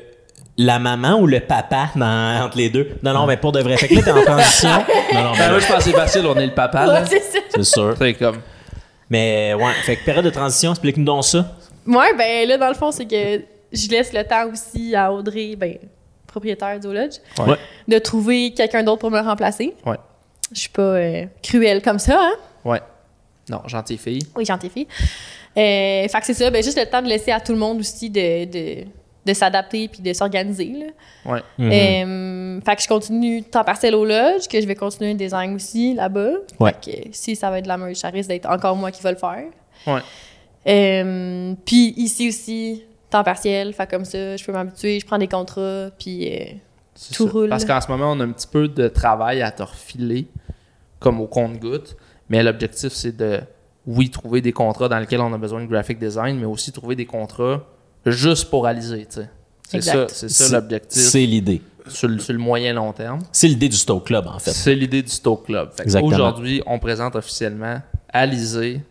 La maman ou le papa dans- entre les deux? Non, non, mais pour de vrai. Fait que là, t'es en transition. Non, non, mais Ben, là, moi, je pense que c'est facile, on est le papa, Ouais, là. c'est ça. c'est sûr. C'est comme. Mais ouais, fait que période de transition, explique-nous donc ça. Ouais, ben là, dans le fond, c'est que je laisse le temps aussi à Audrey, ben, propriétaire du Lodge, Ouais. de trouver quelqu'un d'autre pour me remplacer. Ouais. Je suis pas euh, cruelle comme ça, hein? Ouais. Non, gentille fille. Oui, j'en t'ai fait. Euh, fait que c'est ça, ben, juste le temps de laisser à tout le monde aussi de, de, de s'adapter puis de s'organiser. là. Ouais. Mhm. Euh, fait que je continue temps partiel au lodge, que je vais continuer le design aussi là-bas. Ouais. Fait que si ça va être de la merge, ça risque d'être encore moi qui va le faire. Ouais. Euh, puis ici aussi, temps partiel, fait comme ça, je peux m'habituer, je prends des contrats, puis euh, C'est Tout ça. roule. Parce qu'en ce moment, on a un petit peu de travail à te refiler, comme au compte-goutte. Mais l'objectif, c'est de, oui, trouver des contrats dans lesquels on a besoin de graphic design, mais aussi trouver des contrats juste pour réaliser. tu sais. C'est Exact. ça, c'est ça l'objectif C'est l'idée. sur, le- sur le moyen-long terme. C'est l'idée du Stoke Club, en fait. C'est l'idée du Stoke Club. Fait que Exactement. Aujourd'hui, on présente officiellement Alizé,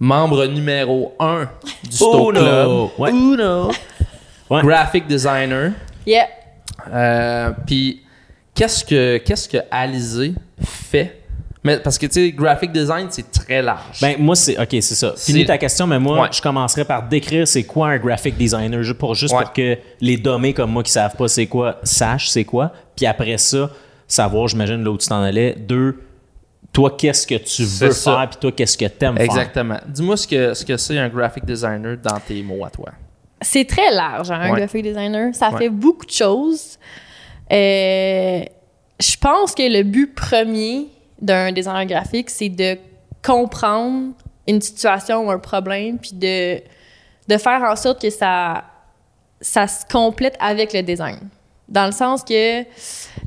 membre numéro 1 du Uno! Stoke Club. Ouais. Uno! Ouais. Graphic designer. yeah. Euh, Puis, qu'est-ce que, qu'est-ce que Alizé fait? Mais, parce que, tu sais, graphic design, c'est très large. Ben, moi, c'est. OK, c'est ça. Finis C'est- ta question, mais moi, Ouais. je commencerai par décrire c'est quoi un graphic designer, juste pour, juste Ouais. pour que les dommés comme moi qui savent pas c'est quoi sachent c'est quoi. Puis après ça, savoir, j'imagine, là où tu t'en allais. Deux, toi, qu'est-ce que tu C'est veux ça. faire, puis toi, qu'est-ce que t'aimes faire. Exactement. Dis-moi ce que, ce que c'est un graphic designer dans tes mots à toi. C'est très large, hein, un Ouais. graphic designer. Ça Ouais. fait beaucoup de choses. Euh, je pense que le but premier d'un designer graphique, c'est de comprendre une situation ou un problème, puis de, de faire en sorte que ça, ça se complète avec le design. Dans le sens que... euh,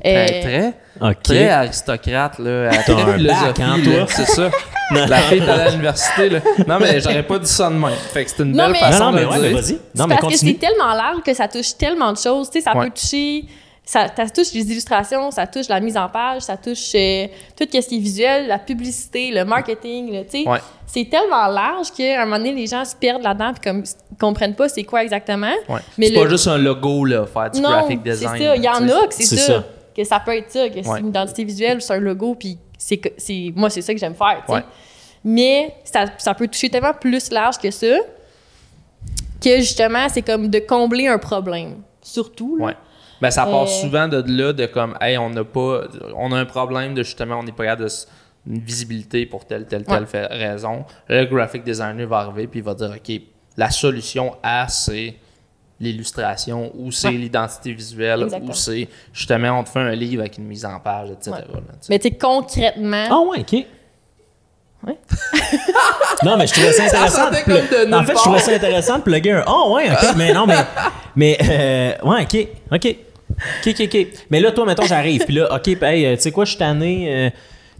Très, Ben, très, OK. très aristocrate, là. à T'as très un bac, philosophie, hein, là, toi? C'est ça. La fille est allée à l'université, là. Non, mais j'aurais pas dit ça de même. Fait que c'est une Non, belle mais- Non, façon non, de mais le ouais, mais dire. vas-y. C'est Non, mais parce que continue. c'est tellement large que ça touche tellement de choses. Tu sais, ça Ouais. peut toucher. Ça, ça touche les illustrations, ça touche la mise en page, ça touche euh, tout ce qui est visuel, la publicité, le marketing. là, tu sais. Ouais. C'est tellement large qu'à un moment donné, les gens se perdent là-dedans et ne comprennent pas c'est quoi exactement. Ouais. Mais C'est pas le- juste un logo, là, faire du non, graphic c'est design. ça. Il y là, en tu sais. a que c'est C'est ça, ça. Que ça peut être ça, que Ouais. c'est une identité visuelle, c'est un logo, puis c'est, que- c'est, moi, c'est ça que j'aime faire. tu sais. Ouais. Mais ça, ça peut toucher tellement plus large que ça, que justement, c'est comme de combler un problème, surtout. là. Ouais. Ben, ça part Euh, souvent de là, de comme, hey, on n'a pas, on a un problème de justement, on n'est pas capable de s- une visibilité pour telle, telle, telle Ouais. fa- raison. Le graphic designer va arriver puis il va dire, OK, la solution à, c'est l'illustration ou c'est Ouais. l'identité visuelle Exactement. ou c'est justement, on te fait un livre avec une mise en page, etc. Ouais. là, tu sais. Mais tu sais, concrètement, Ah ouais, OK. Ouais. non, mais je trouvais ça intéressant. sentait de comme de nulle en fait, je ah part. trouvais ça intéressant de plugger un. Oh ouais, OK. mais non, mais. Mais, euh, ouais, OK. OK. OK, OK, OK. Mais là, toi, mettons, j'arrive. Puis là, OK, hey, euh, tu sais quoi, je suis tanné. euh,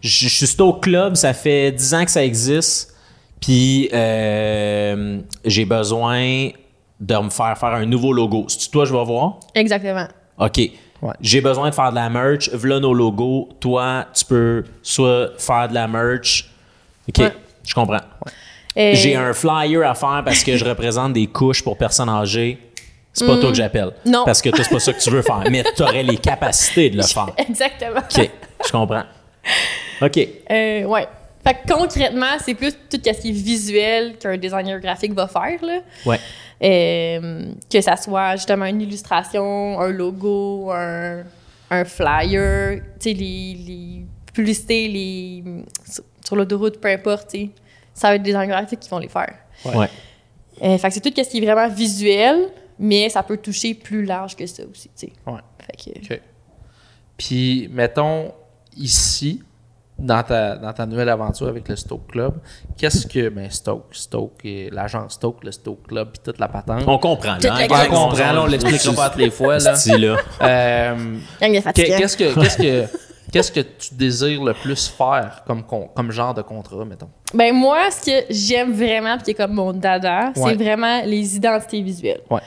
je je suis au club, ça fait 10 ans que ça existe. Puis euh, j'ai besoin de me faire faire un nouveau logo. C'est toi, je vais voir. Exactement. OK. Ouais. J'ai besoin de faire de la merch. V'là nos logos. Toi, tu peux soit faire de la merch. OK, Ouais. je comprends. Et- J'ai un flyer à faire parce que je représente des couches pour personnes âgées. C'est pas toi que j'appelle. Mm. Non. Parce que toi, c'est pas ça que tu veux faire. Mais t'aurais les capacités de le faire. Exactement. OK, je comprends. OK. Euh, ouais. Fait que concrètement, c'est plus tout ce qui est visuel qu'un designer graphique va faire. Là. Ouais. Euh, que ça soit justement une illustration, un logo, un, un flyer, tu sais, les, les publicités, les, sur- sur l'autoroute, peu importe, tu sais. ça va être des designs graphiques qui vont les faire. Ouais. Euh, fait que c'est tout ce qui est vraiment visuel, mais ça peut toucher plus large que ça aussi. tu sais. Ouais. Fait que, OK. Puis, mettons, ici, dans ta, dans ta nouvelle aventure avec le Stoke Club, qu'est-ce que. Ben, Stoke, Stoke, et l'agent Stoke, le Stoke Club, puis toute la patente. On comprend. Toute Là, la hein, gang. gang, On comprend, là, on on- l'expliquera pas toutes les fois, là. Sti, là. Euh, Gang de qu'est- fatigués. qu'est-ce que. Qu'est-ce que. Qu'est-ce que tu désires le plus faire comme, con- comme genre de contrat, mettons? Ben moi, ce que j'aime vraiment, puis qui est comme mon dada, Ouais. c'est vraiment les identités visuelles. Ouais.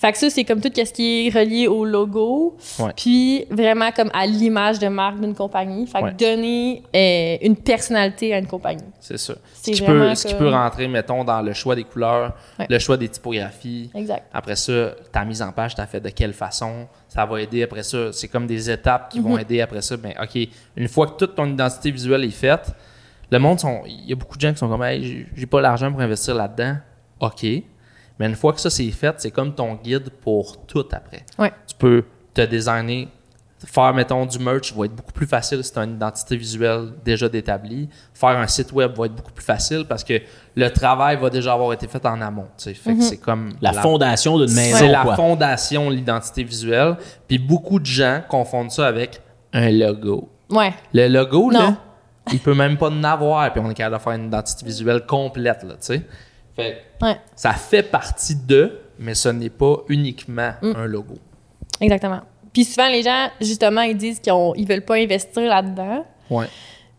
Fait que ça, c'est comme tout ce qui est relié au logo, Ouais. puis vraiment comme à l'image de marque d'une compagnie. Fait que Ouais. donner euh, une personnalité à une compagnie. C'est ça. Ce C'est qui, vraiment peut, ce qui comme- peut rentrer, mettons, dans le choix des couleurs, Ouais. le choix des typographies. Exact. Après ça, ta mise en page, tu fait de quelle façon? Ça va aider après ça. C'est comme des étapes qui vont Mhm. aider après ça. Mais OK, une fois que toute ton identité visuelle est faite, le monde, sont- il y a beaucoup de gens qui sont comme, hey, j'ai- j'ai pas l'argent pour investir là-dedans. OK. Mais une fois que ça c'est fait, c'est comme ton guide pour tout après. Ouais. Tu peux te designer, faire, mettons, du merch va être beaucoup plus facile si tu as une identité visuelle déjà détablie. Faire un site web va être beaucoup plus facile parce que le travail va déjà avoir été fait en amont. tu sais. Fait que c'est comme La fondation d'une maison. c'est la quoi. fondation, l'identité visuelle. Puis beaucoup de gens confondent ça avec un logo. Ouais. Le logo, Non. là, il peut même pas en avoir, puis on est capable de faire une identité visuelle complète, là, tu sais. Fait que Ouais. ça fait partie de, mais ce n'est pas uniquement un logo. Exactement. Puis souvent, les gens, justement, ils disent qu'ils ont- ils veulent pas investir là-dedans, Ouais.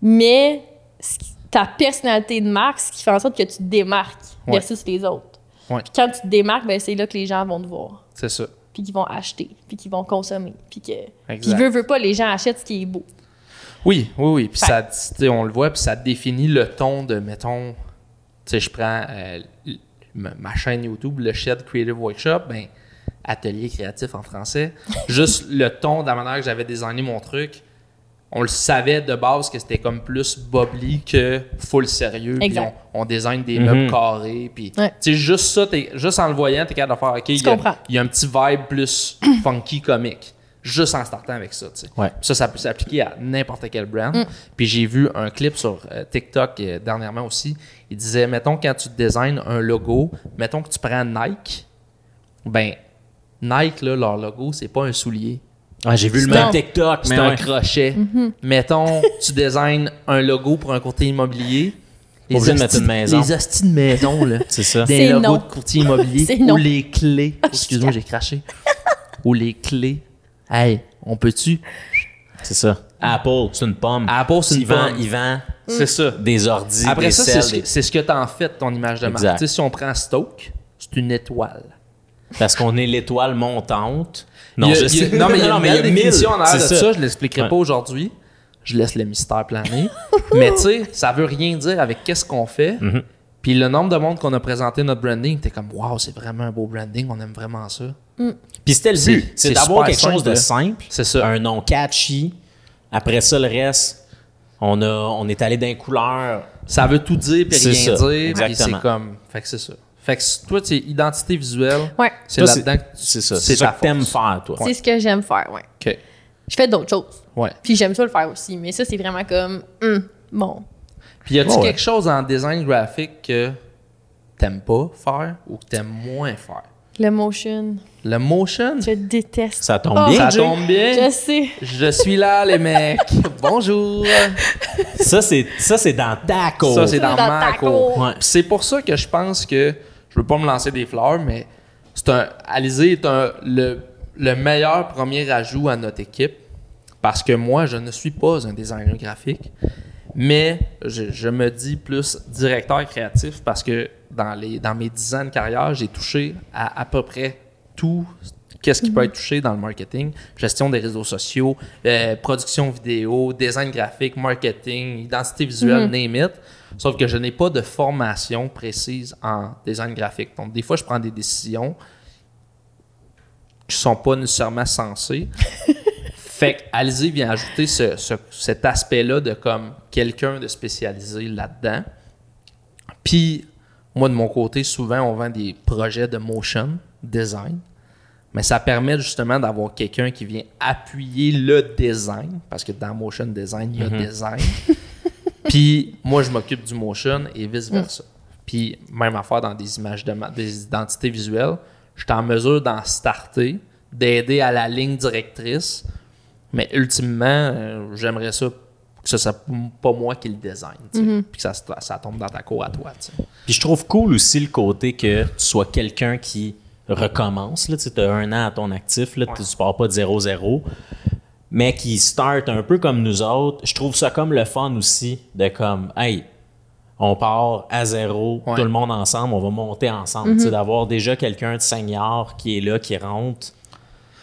mais ce qui- ta personnalité de marque, ce qui fait en sorte que tu te démarques Ouais. versus les autres. Ouais. Puis quand tu te démarques, ben, c'est là que les gens vont te voir. C'est ça. puis qu'ils vont acheter, puis qu'ils vont consommer, puis que Exact. puis veut veut pas les gens achètent ce qui est beau. Oui, oui, oui. Puis Fait- ça, tu sais, on le voit, puis ça définit le ton de, mettons, tu sais, je prends euh, l- ma ma chaîne YouTube, le Shed Creative Workshop, ben, atelier créatif en français. Juste le ton de la manière que j'avais designé mon truc, on le savait de base que c'était comme plus bobli que full sérieux. Puis Exact. on, on design des Mhm. meubles carrés. Puis, Ouais. tu sais, juste ça, t'es- juste en le voyant, t'es capable de faire, OK, il y, comprends. a- il y a un petit vibe plus funky comique. Juste en startant avec ça, tu sais. Ouais. Ça, ça peut s'appliquer à n'importe quel brand. Puis j'ai vu un clip sur euh, TikTok euh, dernièrement aussi. Il disait, mettons, quand tu designes un logo, mettons que tu prends Nike, ben, Nike, là, leur logo, c'est pas un soulier. Ouais, J'ai vu le C'est même un- TikTok, C'est mais un ouais. crochet. Mhm. Mettons, tu designes un logo pour un courtier immobilier. obligé de mettre une hosties- maison. Les hosties de maison, là. C'est ça. Des C'est logos non. de courtier immobilier. C'est ou non. Ah, les clés. Oh, Excuse-moi, j'ai craché. ou les clés. Hey, on peut-tu? C'est ça. Apple, c'est une pomme. Apple, c'est une il vend, pomme. Mm. il vend C'est ça. des ordi, Après des ça, c'est selles, ce des- que- c'est ce que tu en fais de ton image de Exact. marque. Tu sais, si on prend Stoke, c'est une étoile. Parce qu'on est l'étoile montante. Il y a- il y a- non, mais il y a une belle mille. définition en arrière de C'est ça. je l'expliquerai Ouais. pas aujourd'hui. Je laisse le mystère planer. mais tu sais, ça veut rien dire avec qu'est-ce qu'on fait. Mhm. Puis le nombre de monde qu'on a présenté notre branding, t'es comme, waouh, c'est vraiment un beau branding, on aime vraiment ça. Puis c'était le C'est- but. C'est c'est d'avoir super quelque chose simple, de là. simple. C'est ça. Un nom catchy. Après ça, le reste, on, a, on est allé d'un couleur. Ça veut tout dire puis C'est rien ça, dire. Puis exactement. c'est comme, fait que c'est ça. Fait que c'est- toi, tu sais, identité visuelle, Ouais. c'est Toi, c'est- là-dedans que tu- C'est ça. C'est ta ça que t'aimes force. faire, toi. C'est ce que j'aime faire, ouais. OK. Je fais d'autres choses, Ouais. puis j'aime ça le faire aussi, mais ça c'est vraiment comme hum, bon. Puis y a-tu Ouais, ouais. quelque chose en design graphique que t'aimes pas faire ou que t'aimes moins faire? Le motion, Le motion, je déteste. Ça tombe Oh, bien. ça Jay. tombe bien. Je sais. Je suis là, les mecs. Bonjour. Ça, c'est ça, c'est dans ta cour. Ça, c'est dans Dans ma ta cour. cour. Ouais. Puis C'est pour ça que je pense que je veux pas me lancer des fleurs, mais c'est un. Alizé est un, le, le meilleur premier ajout à notre équipe, parce que moi, je ne suis pas un designer graphique, mais je, je me dis plus directeur créatif parce que dans, les, dans mes 10 ans de carrière, j'ai touché à à peu près tout qu'est-ce qui peut être touché dans le marketing, gestion des réseaux sociaux, euh, production vidéo, design graphique, marketing, identité visuelle, name it. Sauf que je n'ai pas de formation précise en design graphique. Donc, des fois, je prends des décisions qui sont pas nécessairement sensées. fait que Alizé vient ajouter ce- ce- cet aspect-là de comme quelqu'un de spécialisé là-dedans. Puis, moi, de mon côté, souvent, on vend des projets de motion design. Mais ça permet justement d'avoir quelqu'un qui vient appuyer le design, parce que dans motion design, il y a design. Puis moi, je m'occupe du motion et vice-versa. Puis même affaire dans des images, de ma- des identités visuelles, je suis en mesure d'en starter, d'aider à la ligne directrice. Mais ultimement, euh, j'aimerais ça que ce soit pas moi qui le design, tu sais, Mhm. puis que ça, se- ça tombe dans ta cour à toi. tu sais. Puis je trouve cool aussi le côté que tu sois quelqu'un qui recommence. Là, tu as un an à ton actif, là, tu ne pars pas de 0-0, mais qui start un peu comme nous autres. Je trouve ça comme le fun aussi de comme, hey, on part à zéro, Ouais. Mhm. tout le monde ensemble, on va monter ensemble. Tu sais, D'avoir déjà quelqu'un de senior qui est là, qui rentre,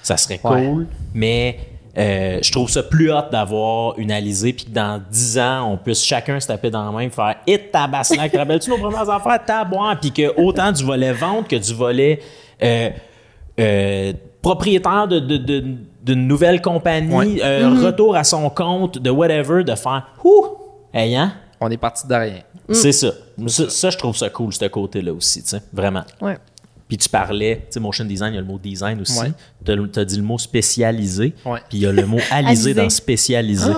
ça serait cool. Ouais. Mais euh, je trouve ça plus hot d'avoir une alizée puis que dans 10 ans, on puisse chacun se taper dans la main, faire « Hit ta bassinac, te rappelles-tu nos premières affaires? Taboire! » Puis que autant du volet vente que du volet euh, euh, propriétaire de- de- de- d'une nouvelle compagnie, Ouais. euh, retour à son compte, de whatever, de faire « Ouh! Hey, hein? On est parti de rien. C'est ça. ça. ça, je trouve ça cool, ce côté-là aussi, tu sais, vraiment. Ouais. Puis tu parlais, tu sais, motion design, il y a le mot design aussi. Ouais. Tu as, dit le mot spécialisé, Ouais. Ah! puis il y a le mot alisé Alisé. dans spécialisé.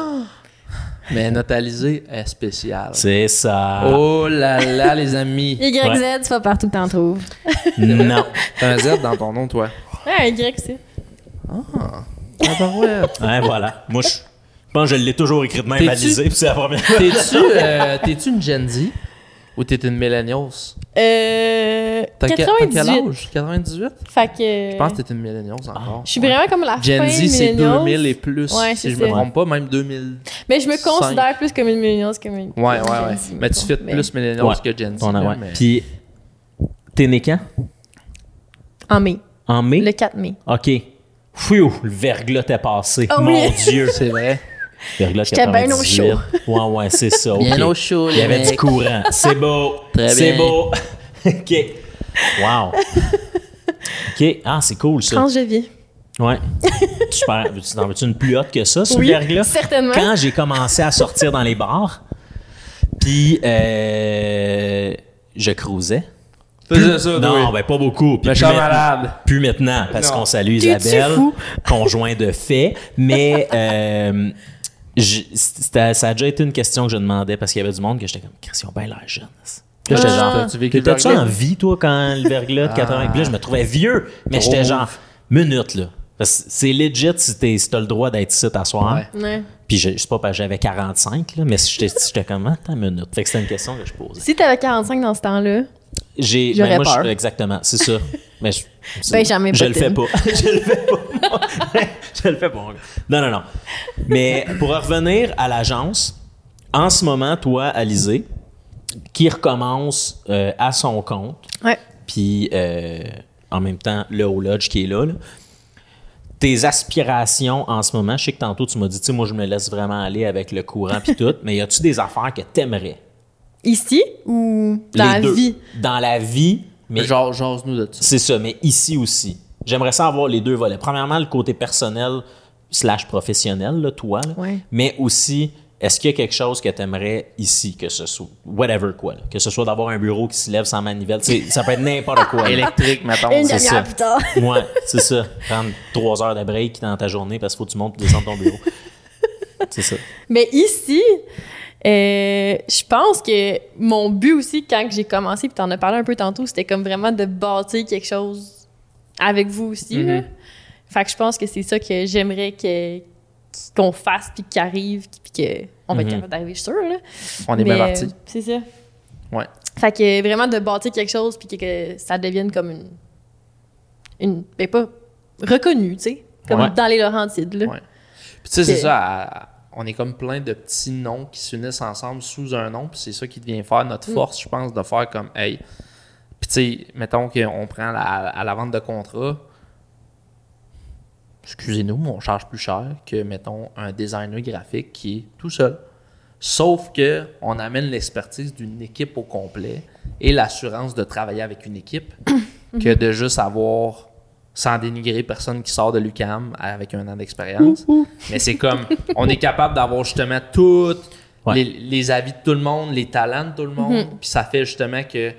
Mais notre Alizé est spéciale. C'est ça. Oh là là, les amis. YZ, YZ, tu vas partout que t'en trouves. Non. T'as un Z dans ton nom, toi. Ah, un Y, c'est. Ah, bah ouais. Ouais, Hein, voilà. Moi, je je pense que je l'ai toujours écrit de même T'es-tu- alisé, puis c'est la première fois. T'es-tu euh, t'es-tu une Gen Z ou t'es une millennials? Euh. T'as que- t'as 98. quel âge? 98? Fait que. Je pense que t'es une millennials encore. Je suis vraiment comme la Gen fin Z, c'est millennials. 2000 et plus. Ouais, si c'est je me ça. trompe pas, même 2000. Mais je me Cinq. considère plus comme une millennials que une. Ouais, ouais, Gen ouais. Z, Mais tu fais mettons. plus millennials Ouais. que Gen Z. On a- là, ouais. mais- Puis, t'es né quand? En mai. En mai? Le 4 mai. OK. Fiu, le verglas t'est passé. Oh, Mon oui. Dieu. C'est vrai. Verglas J'étais bien au 98. Ouais, ouais, c'est ça. OK. Bien au chaud, Il y les avait du mecs. courant. C'est beau. Très C'est bien. beau. OK. Wow. OK. Ah, c'est cool, ça. Transgevier. Ouais. Super. Veux-tu- T'en veux-tu une plus haute que ça, ce Oui, verglas? certainement. Quand j'ai commencé à sortir dans les bars, puis euh, je cruisais. Faisais ça, non, oui. ben pas beaucoup. Puis Mais je plus, suis maintenant, malade. plus maintenant, parce Non. qu'on salue T'es-tu Isabelle, fou? conjoint de fait. Mais euh, je- c'était- ça a déjà été une question que je demandais parce qu'il y avait du monde que j'étais comme, Christian, ben l'air jeune. Puis Là, j'étais Ah. genre, T'as-tu vécu le t'étais-tu verglas? en vie, toi, quand le verglas de 80 Puis là, je me trouvais vieux, mais Gros j'étais move. genre, minute, là. Parce que c'est legit si t'es- si t'as le droit d'être ici à soir. Ouais. Ouais. Puis je, je sais pas, parce que j'avais 45, là, mais si j'étais j'étais comme, attends une minute. Fait que c'était une question que je posais. Si t'avais 45 dans ce temps-là, J'ai, J'aurais ben, moi, je- peur. Ben, exactement, c'est ça. Mais je, c'est- Benjamin je le Button. fais pas. je le fais pas. moi. je le fais pas. mon gars. Non, non, non. Mais pour en revenir à l'agence, en ce moment, toi, Alizé, qui recommence euh, à son compte, ouais. puis euh, en même temps, le haut lodge qui est là, là. Tes aspirations en ce moment, je sais que tantôt tu m'as dit, tu sais, moi je me laisse vraiment aller avec le courant puis tout, mais y a-tu des affaires que t'aimerais? Ici ou dans Les la deux. vie? Dans la vie, mais Genre, jase-nous de ça. c'est ça, mais ici aussi. J'aimerais ça avoir les deux volets. Premièrement, le côté personnel slash professionnel, là, toi, là. Ouais. mais aussi, est-ce qu'il y a quelque chose que tu aimerais ici, que ce soit, whatever quoi, là. que ce soit d'avoir un bureau qui se lève sans manivelle, Tu sais, ça peut être n'importe quoi. là. Électrique, mettons. Une c'est ça. demi-heure plus tard. Ouais, c'est ça. Prendre trois heures de break dans ta journée parce qu'il faut que tu montes et descends ton bureau. C'est ça. Mais ici, euh, je pense que mon but aussi, quand que j'ai commencé, puis t'en as parlé un peu tantôt, c'était comme vraiment de bâtir quelque chose avec vous aussi. là. Mm-hmm. Fait que je pense que c'est ça que j'aimerais que qu'on fasse, puis qu'arrive, puis que on va être Mhm. capable d'arriver, je suis sûre. Là. On est Mais, bien euh, parti. C'est ça. Ouais. Fait que vraiment de bâtir quelque chose, puis que, que ça devienne comme une... une ben pas reconnu, tu sais, comme Ouais. dans les Laurentides. Là. Ouais. Puis tu sais, c'est Que- ça, à- à- on est comme plein de petits noms qui s'unissent ensemble sous un nom, puis c'est ça qui devient faire Mm. notre force, je pense, de faire comme, hey, puis tu sais, mettons qu'on prend la- à la vente de contrat, excusez-nous, mais on charge plus cher que, mettons, un designer graphique qui est tout seul. Sauf que on amène l'expertise d'une équipe au complet et l'assurance de travailler avec une équipe que de juste avoir, sans dénigrer personne qui sort de l'UCAM avec un an d'expérience. Mais c'est comme, on est capable d'avoir justement toutes Ouais. les, les avis de tout le monde, les talents de tout le monde, puis ça fait justement que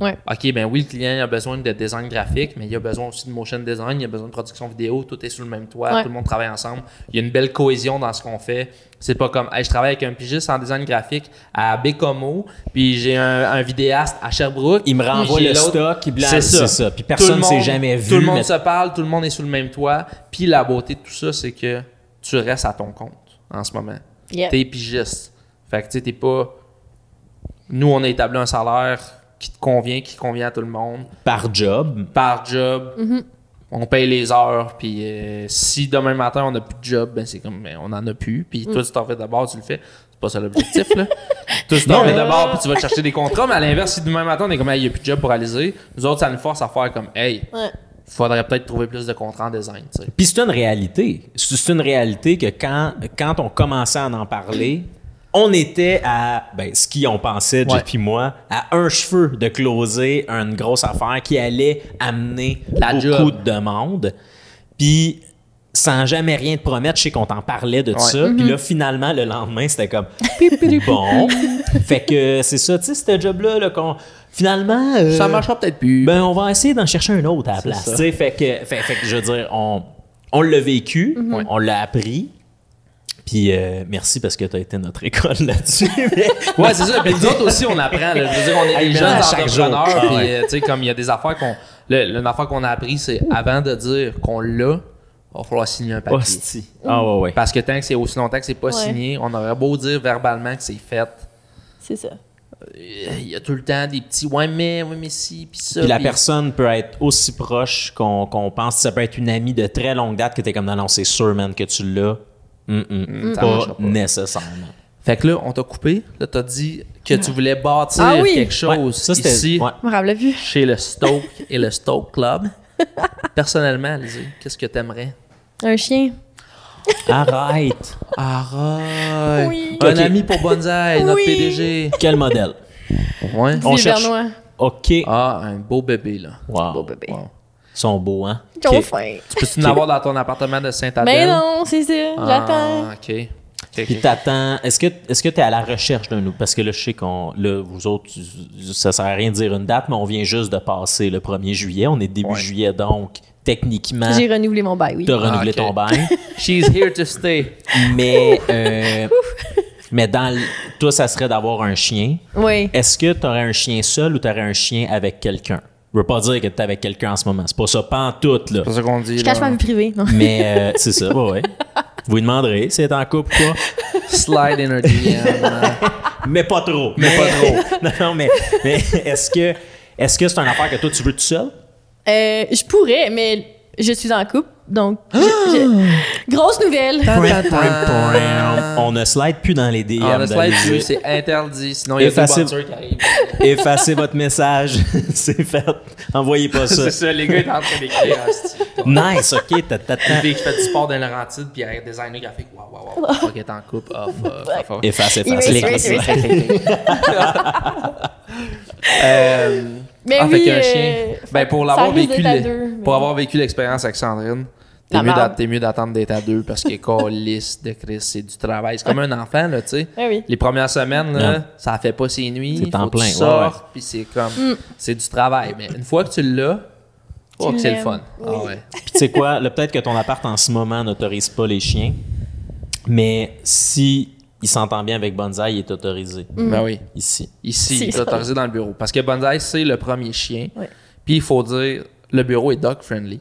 Ouais. OK, ben oui, le client a besoin de design graphique, mais il a besoin aussi de motion design, il a besoin de production vidéo, tout est sous le même toit, Ouais. tout le monde travaille ensemble. Il y a une belle cohésion dans ce qu'on fait. C'est pas comme, hey, je travaille avec un pigiste en design graphique à Bécomo, puis j'ai un, un vidéaste à Sherbrooke. Il me puis renvoie j'ai le l'autre. stock, il blâme- C'est ça. c'est ça. Puis personne Tout le s'est monde- jamais vu. Tout le monde mais- se parle, tout le monde est sous le même toit. Puis la beauté de tout ça, c'est que tu restes à ton compte en ce moment. Yeah. T'es pigiste. Fait que tu sais, t'es pas. Nous, on a établi un salaire qui te convient, qui convient à tout le monde, par job. par job. On paye les heures, puis euh, si demain matin on n'a plus de job, ben c'est comme ben, on en a plus. Puis toi, tu t'en fais d'abord, tu le fais. C'est pas ça l'objectif, là. toi, tu t'en Non, fais mais- d'abord, puis tu vas te chercher des contrats. Mais à l'inverse, si demain matin on est comme, hey, il n'y a plus de job pour réaliser, nous autres, ça nous force à faire comme, hey, Ouais. faudrait peut-être trouver plus de contrats en design, tu sais. Puis c'est une réalité. C'est c'est une réalité que quand, quand on commençait à en parler, on était à ben, ce qui on pensait, Ouais. Jeff puis moi, à un cheveu de closer une grosse affaire qui allait amener La beaucoup job. de demande. Puis sans jamais rien te promettre, je sais qu'on t'en parlait de Ouais. ça. Puis là, finalement, le lendemain, c'était comme pipiri bon. fait que c'est ça, tu sais, ce job-là là, qu'on. Finalement. euh, Ça marchera peut-être plus. ben, on va essayer d'en chercher un autre à la place. ça. tu sais. Fait que, fait, fait que, je veux dire, on, on l'a vécu, Ouais. on l'a appris. Puis euh, merci parce que tu as été notre école là-dessus. mais- Ouais, c'est ça. Puis nous autres aussi, on apprend. là. Je veux dire, on est Hey, des mais jeunes là, à chaque jour. entrepreneurs. Ah puis, ouais. euh, tu sais, comme il y a des affaires qu'on. le- L'une affaire qu'on a appris, c'est avant de dire qu'on l'a, il va falloir signer un papier. Hostie. Ah ouais, ouais. Parce que tant que c'est aussi longtemps que c'est pas Ouais. signé, on aurait beau dire verbalement que c'est fait. C'est ça. euh, Il y a tout le temps des petits ouais, mais, ouais, mais si, puis ça. Puis la puis- personne peut être aussi proche qu'on qu'on pense. Ça peut être une amie de très longue date que tu es comme, non, non, c'est sûr, man, que tu l'as. Mm, mm, Mm, ça Pas marchera pas. nécessairement. Fait que là, on t'a coupé. Là, t'as dit que tu voulais bâtir Ah oui! quelque chose Ouais, ça, c'était- ici. ouais. Je me rappelais plus. chez le Stoke et le Stoke Club. Personnellement, Lizzie, qu'est-ce que t'aimerais? Un chien. Arrête. Arrête! Oui. Un Ok. ami pour Bonsai, notre Oui. PDG. Quel modèle? Ouais. On Du cherche- Vernois. OK. Ah, ben. un beau bébé, là. Wow. Beau bébé. Wow. Ils sont beaux, hein? Ils ont Ok. faim. Tu peux-tu l'avoir dans ton appartement de saint adèle Mais non, c'est ça. J'attends. Ah, OK. Ok, ok. Puis t'attends. Est-ce que est-ce que t'es à la recherche d'un nouveau? Parce que là, je sais qu'on là, vous autres, ça sert à rien de dire une date, mais on vient juste de passer le 1er juillet. On est début Ouais. Ah, juillet, donc techniquement, J'ai renouvelé mon bail, oui. t'as renouvelé ok. ton bail. She's here to stay. mais euh, mais dans le- toi, ça serait d'avoir un chien. Ah. Oui. Est-ce que t'aurais un chien seul ou t'aurais un chien avec quelqu'un? Je veux pas dire que t'es avec quelqu'un en ce moment. C'est pas ça, pas en tout là. C'est ça qu'on dit. Je cache ma vie privée. non. Mais euh, c'est ça, ouais, ouais. Vous lui demanderez si elle est en couple ou pas. Slide in her DM. hein. Mais pas trop. Mais pas trop. non, non, mais, mais est-ce que est-ce que c'est une affaire que toi tu veux tout seul? Euh, je pourrais, mais je suis en couple, donc. je- Ah. je- Grosse nouvelle. On ne slide plus dans les DM. On a Ah, slide d'Alizé. dessus, c'est interdit. Sinon, il y a des Effacez- boxeurs qui arrivent. Effacez votre message. c'est fait. Envoyez pas ça. C'est ça, les gars, ils sont en train d'écrire. hein, hostie. nice, ok. ta- ta- ta. Puis qui fait du sport dans Laurentide, puis un designer graphique. Waouh, waouh, waouh. Fuck, elle est en couple. Ah, fuck, fuck, fuck. Efface, efface. Erase, les- erase, erase. Euh, Mais ah, fait oui, qu'un euh, chien. Ben, pour ça l'avoir risque vécu, d'être à le- deux, mais- pour avoir vécu l'expérience avec Sandrine, t'es La mieux, d'a- merde. t'es mieux d'attendre d'être à deux parce que calice de Chris, c'est du travail. C'est comme un enfant, là, tu sais. Ah oui. Les premières semaines, là, Ouais. ça fait pas ses nuits. C'est en faut que tu plein, ouais, sortes, ouais. puis c'est comme, c'est du travail. Mais une fois que tu l'as, oh, Mm. Tu que c'est le l'aimes, fun. Ah oui. ouais. Puis tu sais quoi, là, peut-être que ton appart en ce moment n'autorise pas les chiens, mais si il s'entend bien avec Bonsaï, il est autorisé Ben oui. ici. Ici, Mm. C'est il est ça. autorisé dans le bureau. Parce que Bonsai, c'est le premier chien. Ouais. Puis il faut dire, le bureau est dog-friendly.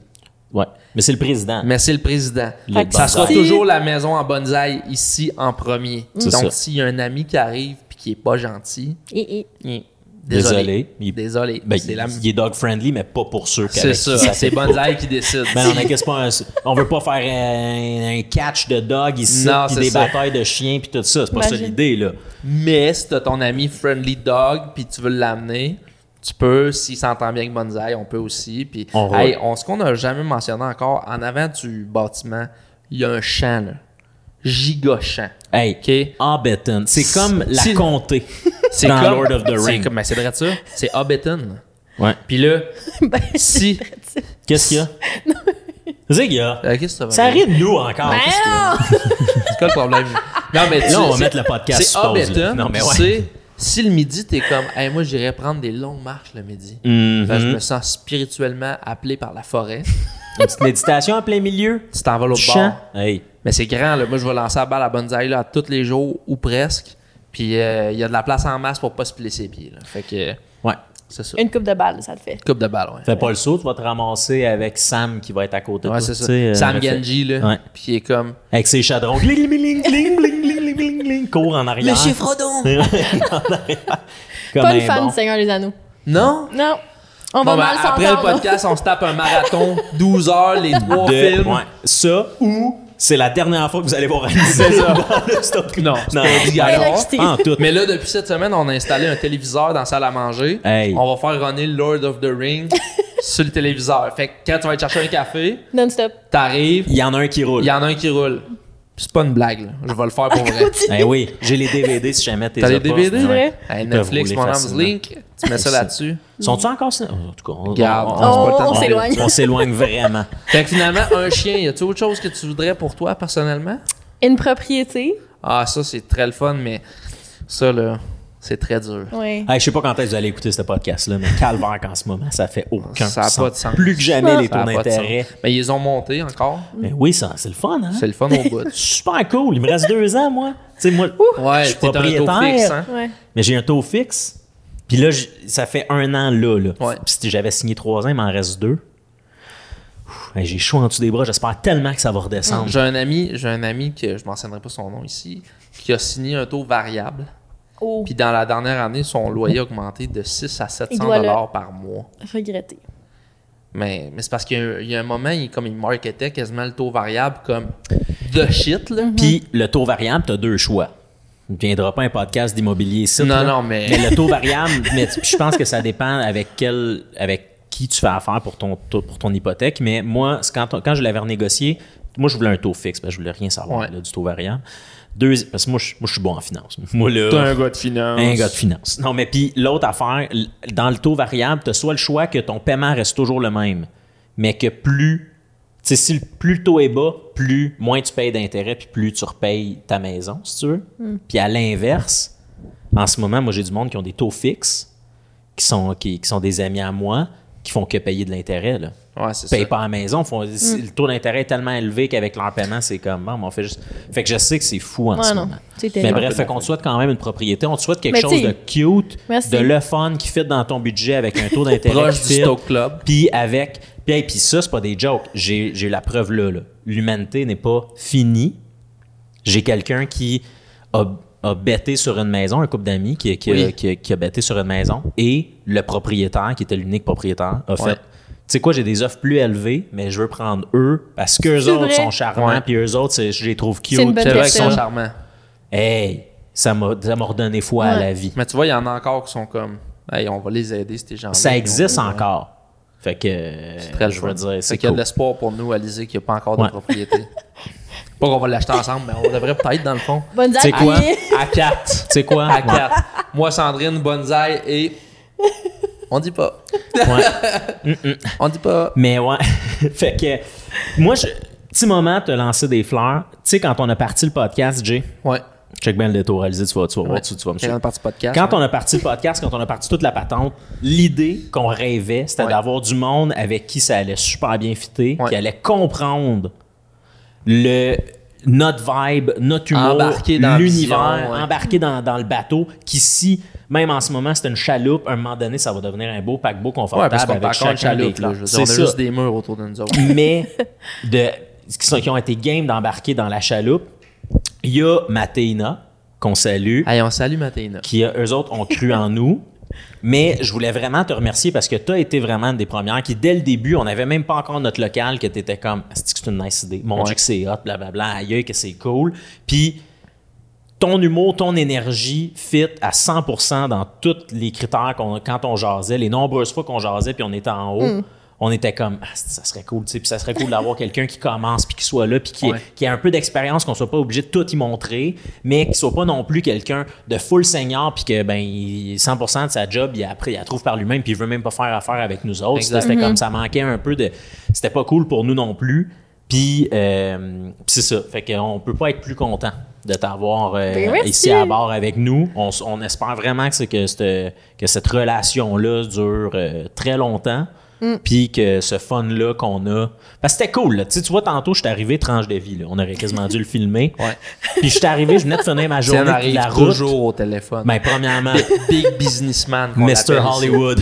Ouais. Mais c'est le président. Mais c'est le président. Les que Ça bonsaïs. sera Si- toujours la maison en bonsaï ici en premier. C'est ça. Donc, s'il y a un ami qui arrive puis qui est pas gentil, Et- et- il Désolé. Il- Désolé. Ben, c'est la- Il est dog friendly, mais pas pour ceux qui c'est ça. C'est Bonsai qui décide. Mais Ben, on n'inquiète pas, un- on veut pas faire un, un catch de dog ici, Non, puis c'est des ça. batailles de chiens, puis tout ça. C'est pas ça Imagine. l'idée, là. Mais si t'as ton ami friendly dog puis tu veux l'amener, tu peux, s'il s'entend bien avec Bonsai, on peut aussi. Puis On roule. Hey, on- ce qu'on n'a jamais mentionné encore, en avant du bâtiment, il y a un champ, là. Giga champ. Hey, OK? Hobbiton, c'est comme la C'est- comté C'est dans comme- Lord of the c'est Rings. comme- mais c'est vrai de ça. C'est Hobbiton. Ouais. Puis là, Ben, si. Qu'est-ce qu'il y a? Qu'est-ce qu'il y a? Euh, Qu'est-ce que va Ça dire? arrive de nous encore. ben Qu'est-ce que- non! C'est quoi le problème? Non, mais tu- Là, on va c'est- mettre le podcast C'est sur pause, là. Hobbiton. Non, mais ouais. c'est- Si le midi, t'es comme, hey, moi, j'irais prendre des longues marches le midi. Mhm. Fait que je me sens spirituellement appelé par la forêt. Une petite méditation en plein milieu. Tu t'en vas Du l'autre chant. bord. Hey. Mais c'est grand, là. Moi, je vais lancer la balle à bonsaï, là, tous les jours ou presque. Puis euh, il y a de la place en masse pour pas se blesser les pieds, là. Fait que, Ouais. c'est ça. Une coupe de balle, ça le fait. Coupe de balle, ouais. Fais pas le saut, tu vas te ramasser avec Sam qui va être à côté Ouais, de toi. c'est ça. tu sais, euh, Sam fait- Ganji, là. Ouais. Puis il est comme. Avec ses chadrons. Gling, gling, gling, gling, gling, gling, gling, gling, court en arrière. Monsieur Frodon! Comme Pas un une fan bon. du Seigneur des Anneaux. Non? Non. On Bon, va ben, mal après le s'entendre. là. podcast, on se tape un marathon, 12 heures, les trois de- films. ouais. Ça, ou c'est la dernière fois que vous allez voir Annie. C'est ça. Non, c'est non. pas obligatoire. Ouais, là, En tout. Mais là, depuis cette semaine, on a installé un téléviseur dans la salle à manger. Hey. On va faire runner Lord of the Rings sur le téléviseur. Fait que quand tu vas aller chercher un café, Non-stop. t'arrives, Il y en a un qui roule. il y en a un qui roule. C'est pas une blague, là. Je vais le faire pour vrai. Eh oui, j'ai les DVD si jamais t'es T'as les pas. DVD? Ouais. vrai? Hey, Ils peuvent Netflix, rouler mon arm's facilement. link, tu mets ça là-dessus. Sont-tu encore ça? En tout cas, on- Garde, on- c'est pas le temps Oh, On de parler. s'éloigne. on s'éloigne vraiment. Fait que finalement, un chien, y a-tu autre chose que tu voudrais pour toi personnellement? Une propriété. Ah, ça, c'est très le fun, mais ça, là, c'est très dur. Ouais. Hey, je sais pas quand est-ce que vous allez écouter ce podcast-là, mais calvaire qu'en ce moment, ça fait aucun Ça a sens. pas de sens. Plus que jamais, les Ça taux a pas de d'intérêt. sens. Mais ils ont monté encore. Mais oui, ça, c'est le fun, hein? C'est le fun au bout. Super cool. Il me reste deux ans, moi. Tu sais, moi, Ouais, je suis t'es un taux propriétaire, fixe, hein? Ouais. mais j'ai un taux fixe. Puis là, j- ça fait un an là. là. Ouais. Puis si j'avais signé trois ans, il m'en reste deux. Ouh, hey, j'ai chaud en dessous des bras. J'espère tellement que ça va redescendre. J'ai un ami, j'ai un ami que je mentionnerai pas son nom ici, qui a signé un taux variable. Oh, Puis dans la dernière année, son loyer a augmenté de 6 à 700 Il doit le- dollars par mois. regretter. Mais, mais c'est parce qu'il y a un- il y, a un moment, il, comme il marketait quasiment le taux variable comme the shit, Mhm. là. Puis le taux variable, tu as deux choix. Il ne viendra pas un podcast d'immobilier ici. Non, là. non, mais- le taux variable, mais tu- je pense que ça dépend avec quel, avec qui tu fais affaire pour ton, taux- pour ton hypothèque. Mais moi, c'est quand, on- quand je l'avais renégocié, moi, je voulais un taux fixe parce que je voulais rien savoir Ouais. là, du taux variable. Deux, parce que moi, je, moi, je suis bon en finance. Moi, là, T'as gars de finance. un gars de finance. Non, mais puis l'autre affaire, l- dans le taux variable, tu as soit le choix que ton paiement reste toujours le même, mais que plus, tu sais, si le, plus le taux est bas, plus moins tu payes d'intérêt, puis plus tu repayes ta maison, si tu veux. Puis à l'inverse, en ce moment, moi, j'ai du monde qui ont des taux fixes, qui sont, qui, qui sont des amis à moi, qui font que payer de l'intérêt, là Ouais, c'est ça. payent pas à la maison. Font, Mm. si Le taux d'intérêt est tellement élevé qu'avec leur paiement, c'est comme, bon, mais on fait juste. Fait que je sais que c'est fou en Ouais, ce non, moment. c'est terrible. Mais bref, fait qu'on te souhaite quand même une propriété. On te souhaite quelque Mais chose t'sais, de cute, merci. de le fun qui fit dans ton budget avec un taux d'intérêt Proche qui du fit. Stoke Club. Puis avec. Puis hey, puis ça, c'est pas des jokes. J'ai j'ai la preuve là. là. L'humanité n'est pas finie. J'ai quelqu'un qui a, a bêté sur une maison, un couple d'amis qui, qui, a- Oui. qui a- qui a bêté sur une maison et le propriétaire, qui était l'unique propriétaire, a Ouais. fait. Tu sais quoi, j'ai des offres plus élevées, mais je veux prendre eux parce qu'eux C'est autres vrai. sont charmants, Ouais. puis eux autres, c'est- je les trouve cute. C'est une bonne C'est vrai qu'ils personne. sont charmants. Hey, ça m'a ça m'a redonné foi à Ouais. la vie. Mais tu vois, il y en a encore qui sont comme, hey, on va les aider, ces gens-là. Ça existe Ils ont- encore. Fait que, euh, Très je veux dire, c'est c'est qu'il y a de cool. l'espoir pour nous, Alizé, qu'il n'y a pas encore de Ouais. propriété. pas qu'on va l'acheter ensemble, mais on devrait peut-être dans le fond. Bonne C'est idée. quoi? À quatre. Tu sais quoi? À Ouais. quatre. Moi, Sandrine, Bonsaï et. On dit pas. Ouais. On dit pas. Mais ouais. fait que, moi, je, petit moment, te lancer des fleurs. Tu sais, quand on a parti le podcast, Jay, Ouais. check bien le détour, réalisé, tu vas, tu vas voir, Ouais. tu, tu vas me Quand on suivre. est parti podcast. hein. Quand on a parti le podcast, quand on a parti toute la patente, l'idée qu'on rêvait, c'était Ouais. d'avoir du monde avec qui ça allait super bien fitter, Ouais. qui allait comprendre le notre vibe, notre Embarquer humour, dans la l'univers, vision, ouais. embarqué dans, dans le bateau, qui si, même en ce moment, c'est une chaloupe, à un moment donné, ça va devenir un beau paquebot Ouais, confortable parce qu'on avec parle encore chacun de chaloupe, des là. plans. Je veux dire, C'est on a ça juste des murs autour de nous autres. mais de qui, sont- qui ont été game d'embarquer dans la chaloupe, il y a Matéina, qu'on salue, Hey, on salue Mathéna. qui euh, eux autres ont cru en nous. Mais je voulais vraiment te remercier parce que tu as été vraiment une des premières qui, dès le début, on n'avait même pas encore notre local, que tu étais comme, Asti que c'est une nice idée, mon Dieu que c'est hot, blablabla, aïe que c'est cool. Puis ton humour, ton énergie fit à 100% dans tous les critères qu'on, quand on jasait, les nombreuses fois qu'on jasait puis on était en haut. Mm. On était comme, ah, ça serait cool, tu sais, puis ça serait cool d'avoir quelqu'un qui commence, puis qui soit là, puis qui, Ouais. qui a un peu d'expérience, qu'on soit pas obligé de tout y montrer, mais qui soit pas non plus quelqu'un de full senior, puis que, ben, il- 100% de sa job, il, après, il la trouve par lui-même, puis il veut même pas faire affaire avec nous autres. Exact. C'était comme, ça manquait un peu de. C'était pas cool pour nous non plus, puis euh, puis c'est ça. Fait qu'on peut pas être plus content de t'avoir euh, Ben, merci. ici à bord avec nous. On, s- on espère vraiment que, c'est- que, cette, que cette relation-là dure euh, très longtemps. Puis que ce fun-là qu'on a. Parce que c'était cool. Là. Tu sais, tu vois, tantôt, je suis arrivé tranche de vie. là. On aurait quasiment dû le filmer. Ouais. Puis je suis arrivé, je venais de finir ma Tiens, journée. puis on arrive la route. toujours au téléphone. Ben, premièrement, Big businessman. qu'on Mr. l'appelle ici. Hollywood.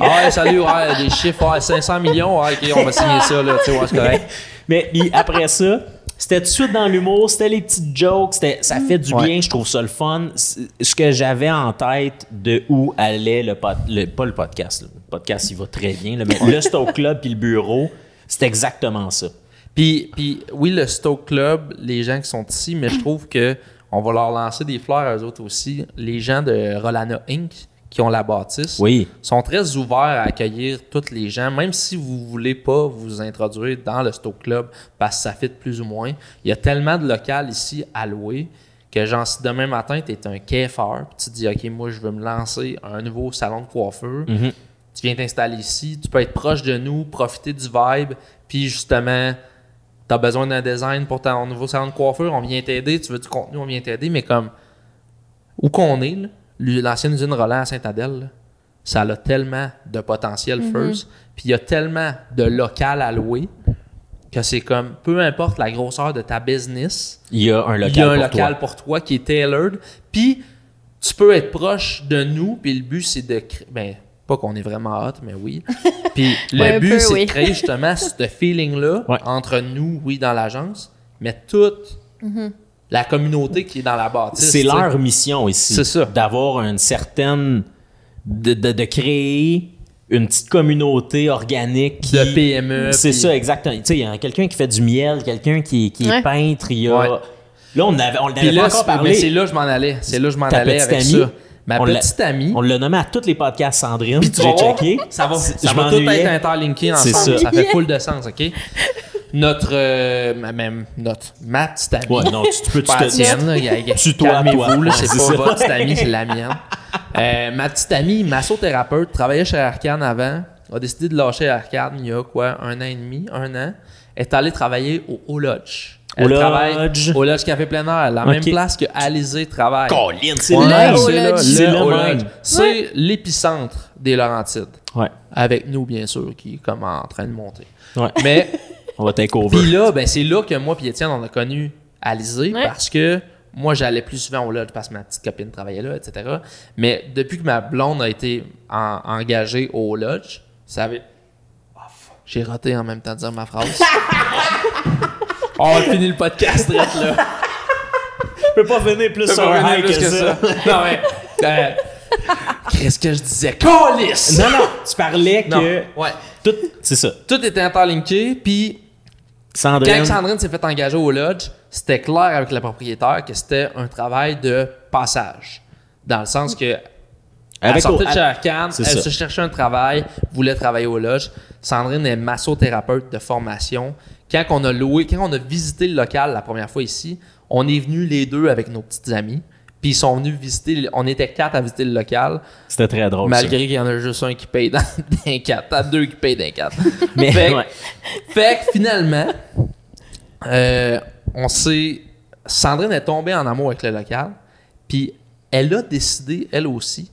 Ah ouais, salut, ouais, des chiffres, ouais, 500 millions, ouais, ok, on va signer ça, là, tu sais, ouais, c'est correct. Mais puis après ça, c'était tout de suite dans l'humour, c'était les petites jokes, c'était- ça fait du Ouais. bien, je trouve ça le fun. C'est- Ce que j'avais en tête de où allait le, pod- le- pas le podcast, là. le podcast il va très bien, là, mais le Stoke Club puis le bureau, c'est exactement ça. Puis, puis, oui, le Stoke Club, les gens qui sont ici, mais je trouve que on va leur lancer des fleurs à eux autres aussi. Les gens de Rolana Inc. qui ont la bâtisse Oui. sont très ouverts à accueillir toutes les gens, même si vous voulez pas vous introduire dans le Stoke Club parce que ça fit plus ou moins. Il y a tellement de locales ici à louer que genre si demain matin tu es un coiffeur, puis tu dis OK, moi je veux me lancer un nouveau salon de coiffeur. Tu viens t'installer ici, tu peux être proche de nous, profiter du vibe, puis justement tu as besoin d'un design pour ton nouveau salon de coiffeur, on vient t'aider, tu veux du contenu, on vient t'aider, mais comme où qu'on est, là, l'u- l'ancienne usine Roland à Saint-Adèle, là, ça a tellement de potentiel Mm-hmm. first, puis il y a tellement de local à louer que c'est comme, peu importe la grosseur de ta business, Il y a un local il y a un pour local toi. pour toi qui est tailored, puis tu peux être proche de nous, puis le but c'est de créer, ben, pas qu'on est vraiment hot, mais oui. Puis le Ouais, un but peu, c'est oui. de créer justement ce feeling-là Ouais. entre nous, oui, dans l'agence, mais toute Mm-hmm. la communauté qui est dans la bâtisse. C'est tu sais. leur mission ici. C'est ça. D'avoir une certaine. De, de- de créer une petite communauté organique qui- De PME, C'est E, Euh, puis- ça, exactement. Tu sais, il y a quelqu'un qui fait du miel, quelqu'un qui, qui est Ouais. peintre, il y a. Ouais. Là, on n'avait on l'avait Puis pas là, encore c'est- mais c'est parlé. là que je m'en allais. C'est là que je m'en Ta allais petite avec amie, ça. Ma on l'a- petite amie. On l'a nommé à tous les podcasts Sandrine. Puis tu J'ai vas voir, checké. Ça va, ça Je va tout m'ennuyais. être interlinké C'est ensemble. ça. Ça. fait full de sens, OK? Notre... euh, ma- même notre... Ma petite amie. Ouais, non, tu, tu peux tu pas la te tienne, là. Y a- y a- Tu, toi, calmez-vous, là, toi. C'est Ouais, pas c'est ça. votre petite amie, c'est la mienne. Euh, ma petite amie, massothérapeute, travaillait chez Arcane avant, a décidé de lâcher Arcane il y a quoi, un an et demi, un an, est allée travailler au Olodge. Au Elle Lodge. travaille au Lodge Café Plein Air, la Ok. même place que Alizé travaille. Colin, c'est Ouais, le là, même. au c'est là, Lodge. C'est le le au même. Lodge. C'est l'épicentre des Laurentides. Ouais, Avec nous, bien sûr, qui est comme en train de monter. ouais. Mais On va take over. puis là, ben, c'est là que moi et Étienne, on a connu Alizé Ouais. parce que moi, j'allais plus souvent au lodge parce que ma petite copine travaillait là, etc. Mais depuis que ma blonde a été en- engagée au lodge, ça avait... Oh, fuck. J'ai raté en même temps de dire ma phrase. on va finir le podcast, direct, là. Je peux pas venir plus sur un high que, ça. non, mais... euh, Qu'est-ce que je disais? Calice! Non, non, tu parlais Non, que. ouais. Tout, c'est ça. Tout était interlinké, puis Sandrine. Quand Sandrine s'est fait engager au lodge, c'était clair avec la propriétaire que c'était un travail de passage. Dans le sens que elle Avec sortait au- de chez Arcane, c'est elle ça. se cherchait un travail, voulait travailler au lodge. Sandrine est massothérapeute de formation. Quand on a loué, quand on a visité le local la première fois ici, on est venu les deux avec nos petites amies. Puis ils sont venus visiter, on était quatre à visiter le local, C'était très drôle. Oh, ça. malgré qu'il y en a juste un qui paye dans, d'un quatre. T'as deux qui payent d'un quatre. Mais, Fait que- ouais. fait que finalement, euh, on s'est. Sandrine est tombée en amour avec le local, puis elle a décidé, elle aussi,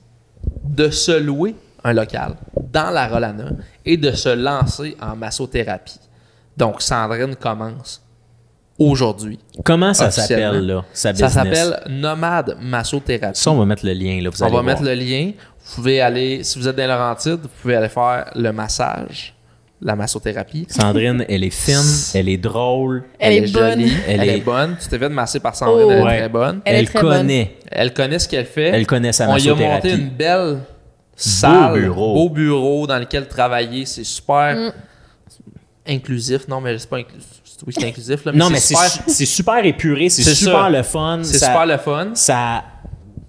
de se louer un local dans la Rolana et de se lancer en massothérapie. Donc, Sandrine commence aujourd'hui. Comment ça Officiellement. s'appelle, là, sa Ça business? s'appelle Nomade Massothérapie. Ça, on va mettre le lien, là. Vous On allez voir. va mettre le lien. Vous pouvez aller, si vous êtes dans Laurentide, vous pouvez aller faire le massage, la massothérapie. Sandrine, elle est fine, elle est drôle. Elle est bonne. Elle Elle, est- est... bonne. Tu t'es fait masser par Sandrine, Oh. elle est Ouais. très bonne. Elle est très connaît. Elle connaît ce qu'elle fait. Elle connaît sa On lui a monté massothérapie. une belle salle, bureau. beau bureau dans lequel travailler, c'est super Mm. inclusif. Non, mais c'est pas inclusif. Oui, c'est inclusif, là, mais Non, mais c'est c'est super, su- c'est super épuré, c'est C'est super ça. le fun. c'est ça- super le fun. ça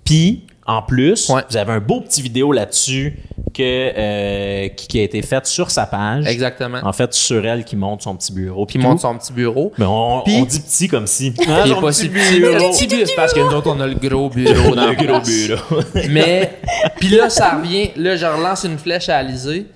pis en plus Ouais. vous avez un beau petit vidéo là-dessus que euh, qui, qui a été faite sur sa page Exactement. en fait sur elle qui monte son petit bureau puis Qui monte son petit bureau. mais on, Puis- on dit petit comme si Hein, Il est son pas petit si petit, bureau. le petit bureau. Parce que nous autres, on a le gros bureau dans Le la gros place. bureau Mais, puis là, ça revient. Là, je relance une flèche à Alizé.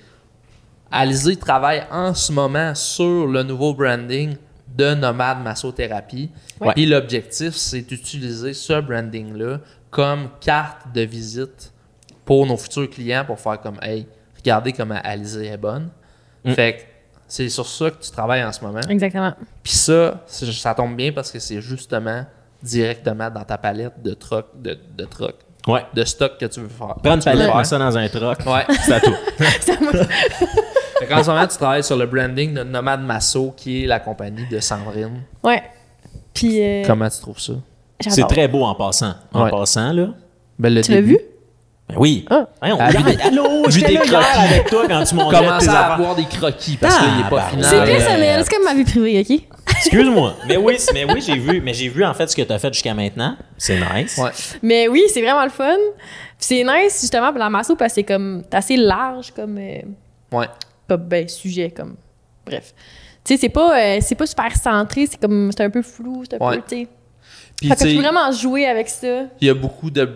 Alizé travaille en ce moment sur le nouveau branding de Nomade Massothérapie. Ouais. Puis l'objectif, c'est d'utiliser ce branding-là comme carte de visite pour nos futurs clients pour faire comme, hey, regardez comment Alizé est bonne. Mm. Fait que c'est sur ça que tu travailles en ce moment. Exactement. Puis ça, c'est- ça tombe bien parce que c'est justement directement dans ta palette de troc, de, de troc, ouais de stock que tu veux faire. prends une Tu veux palette faire. mets ça dans un truck Ouais. c'est à tout Fait qu'en ce moment, tu travailles sur le branding de Nomade Masso, qui est la compagnie de Sandrine. Ouais. Puis, euh, Comment tu trouves ça? j'adore. c'est très beau en passant en Ouais. passant là Ben, le Tu l'as début, vu? Ben oui Ah. Hein, on- Ah, vu des- allô vu j'étais des là hier croquis. avec toi quand tu montais tes Commence à affaires. avoir des croquis parce Ah, qu'il n'est pas bah, final. C'est C'est Ah, personnel, personnel, euh, c'est comme ma vie privée, OK? excuse-moi mais oui c'est- mais oui j'ai vu mais j'ai vu en fait ce que tu as fait jusqu'à maintenant c'est nice Ouais. Mais oui, c'est vraiment le fun. Puis c'est nice, justement, pour la masso, parce que c'est comme, t'es assez large comme, euh, Ouais. comme, ben, sujet, comme, bref. Tu sais, c'est pas, euh, c'est pas super centré, c'est comme, c'est un peu flou, c'est un Ouais. peu, tu sais. Puis, Fait que tu tu sais, peux vraiment jouer avec ça. il y a beaucoup de,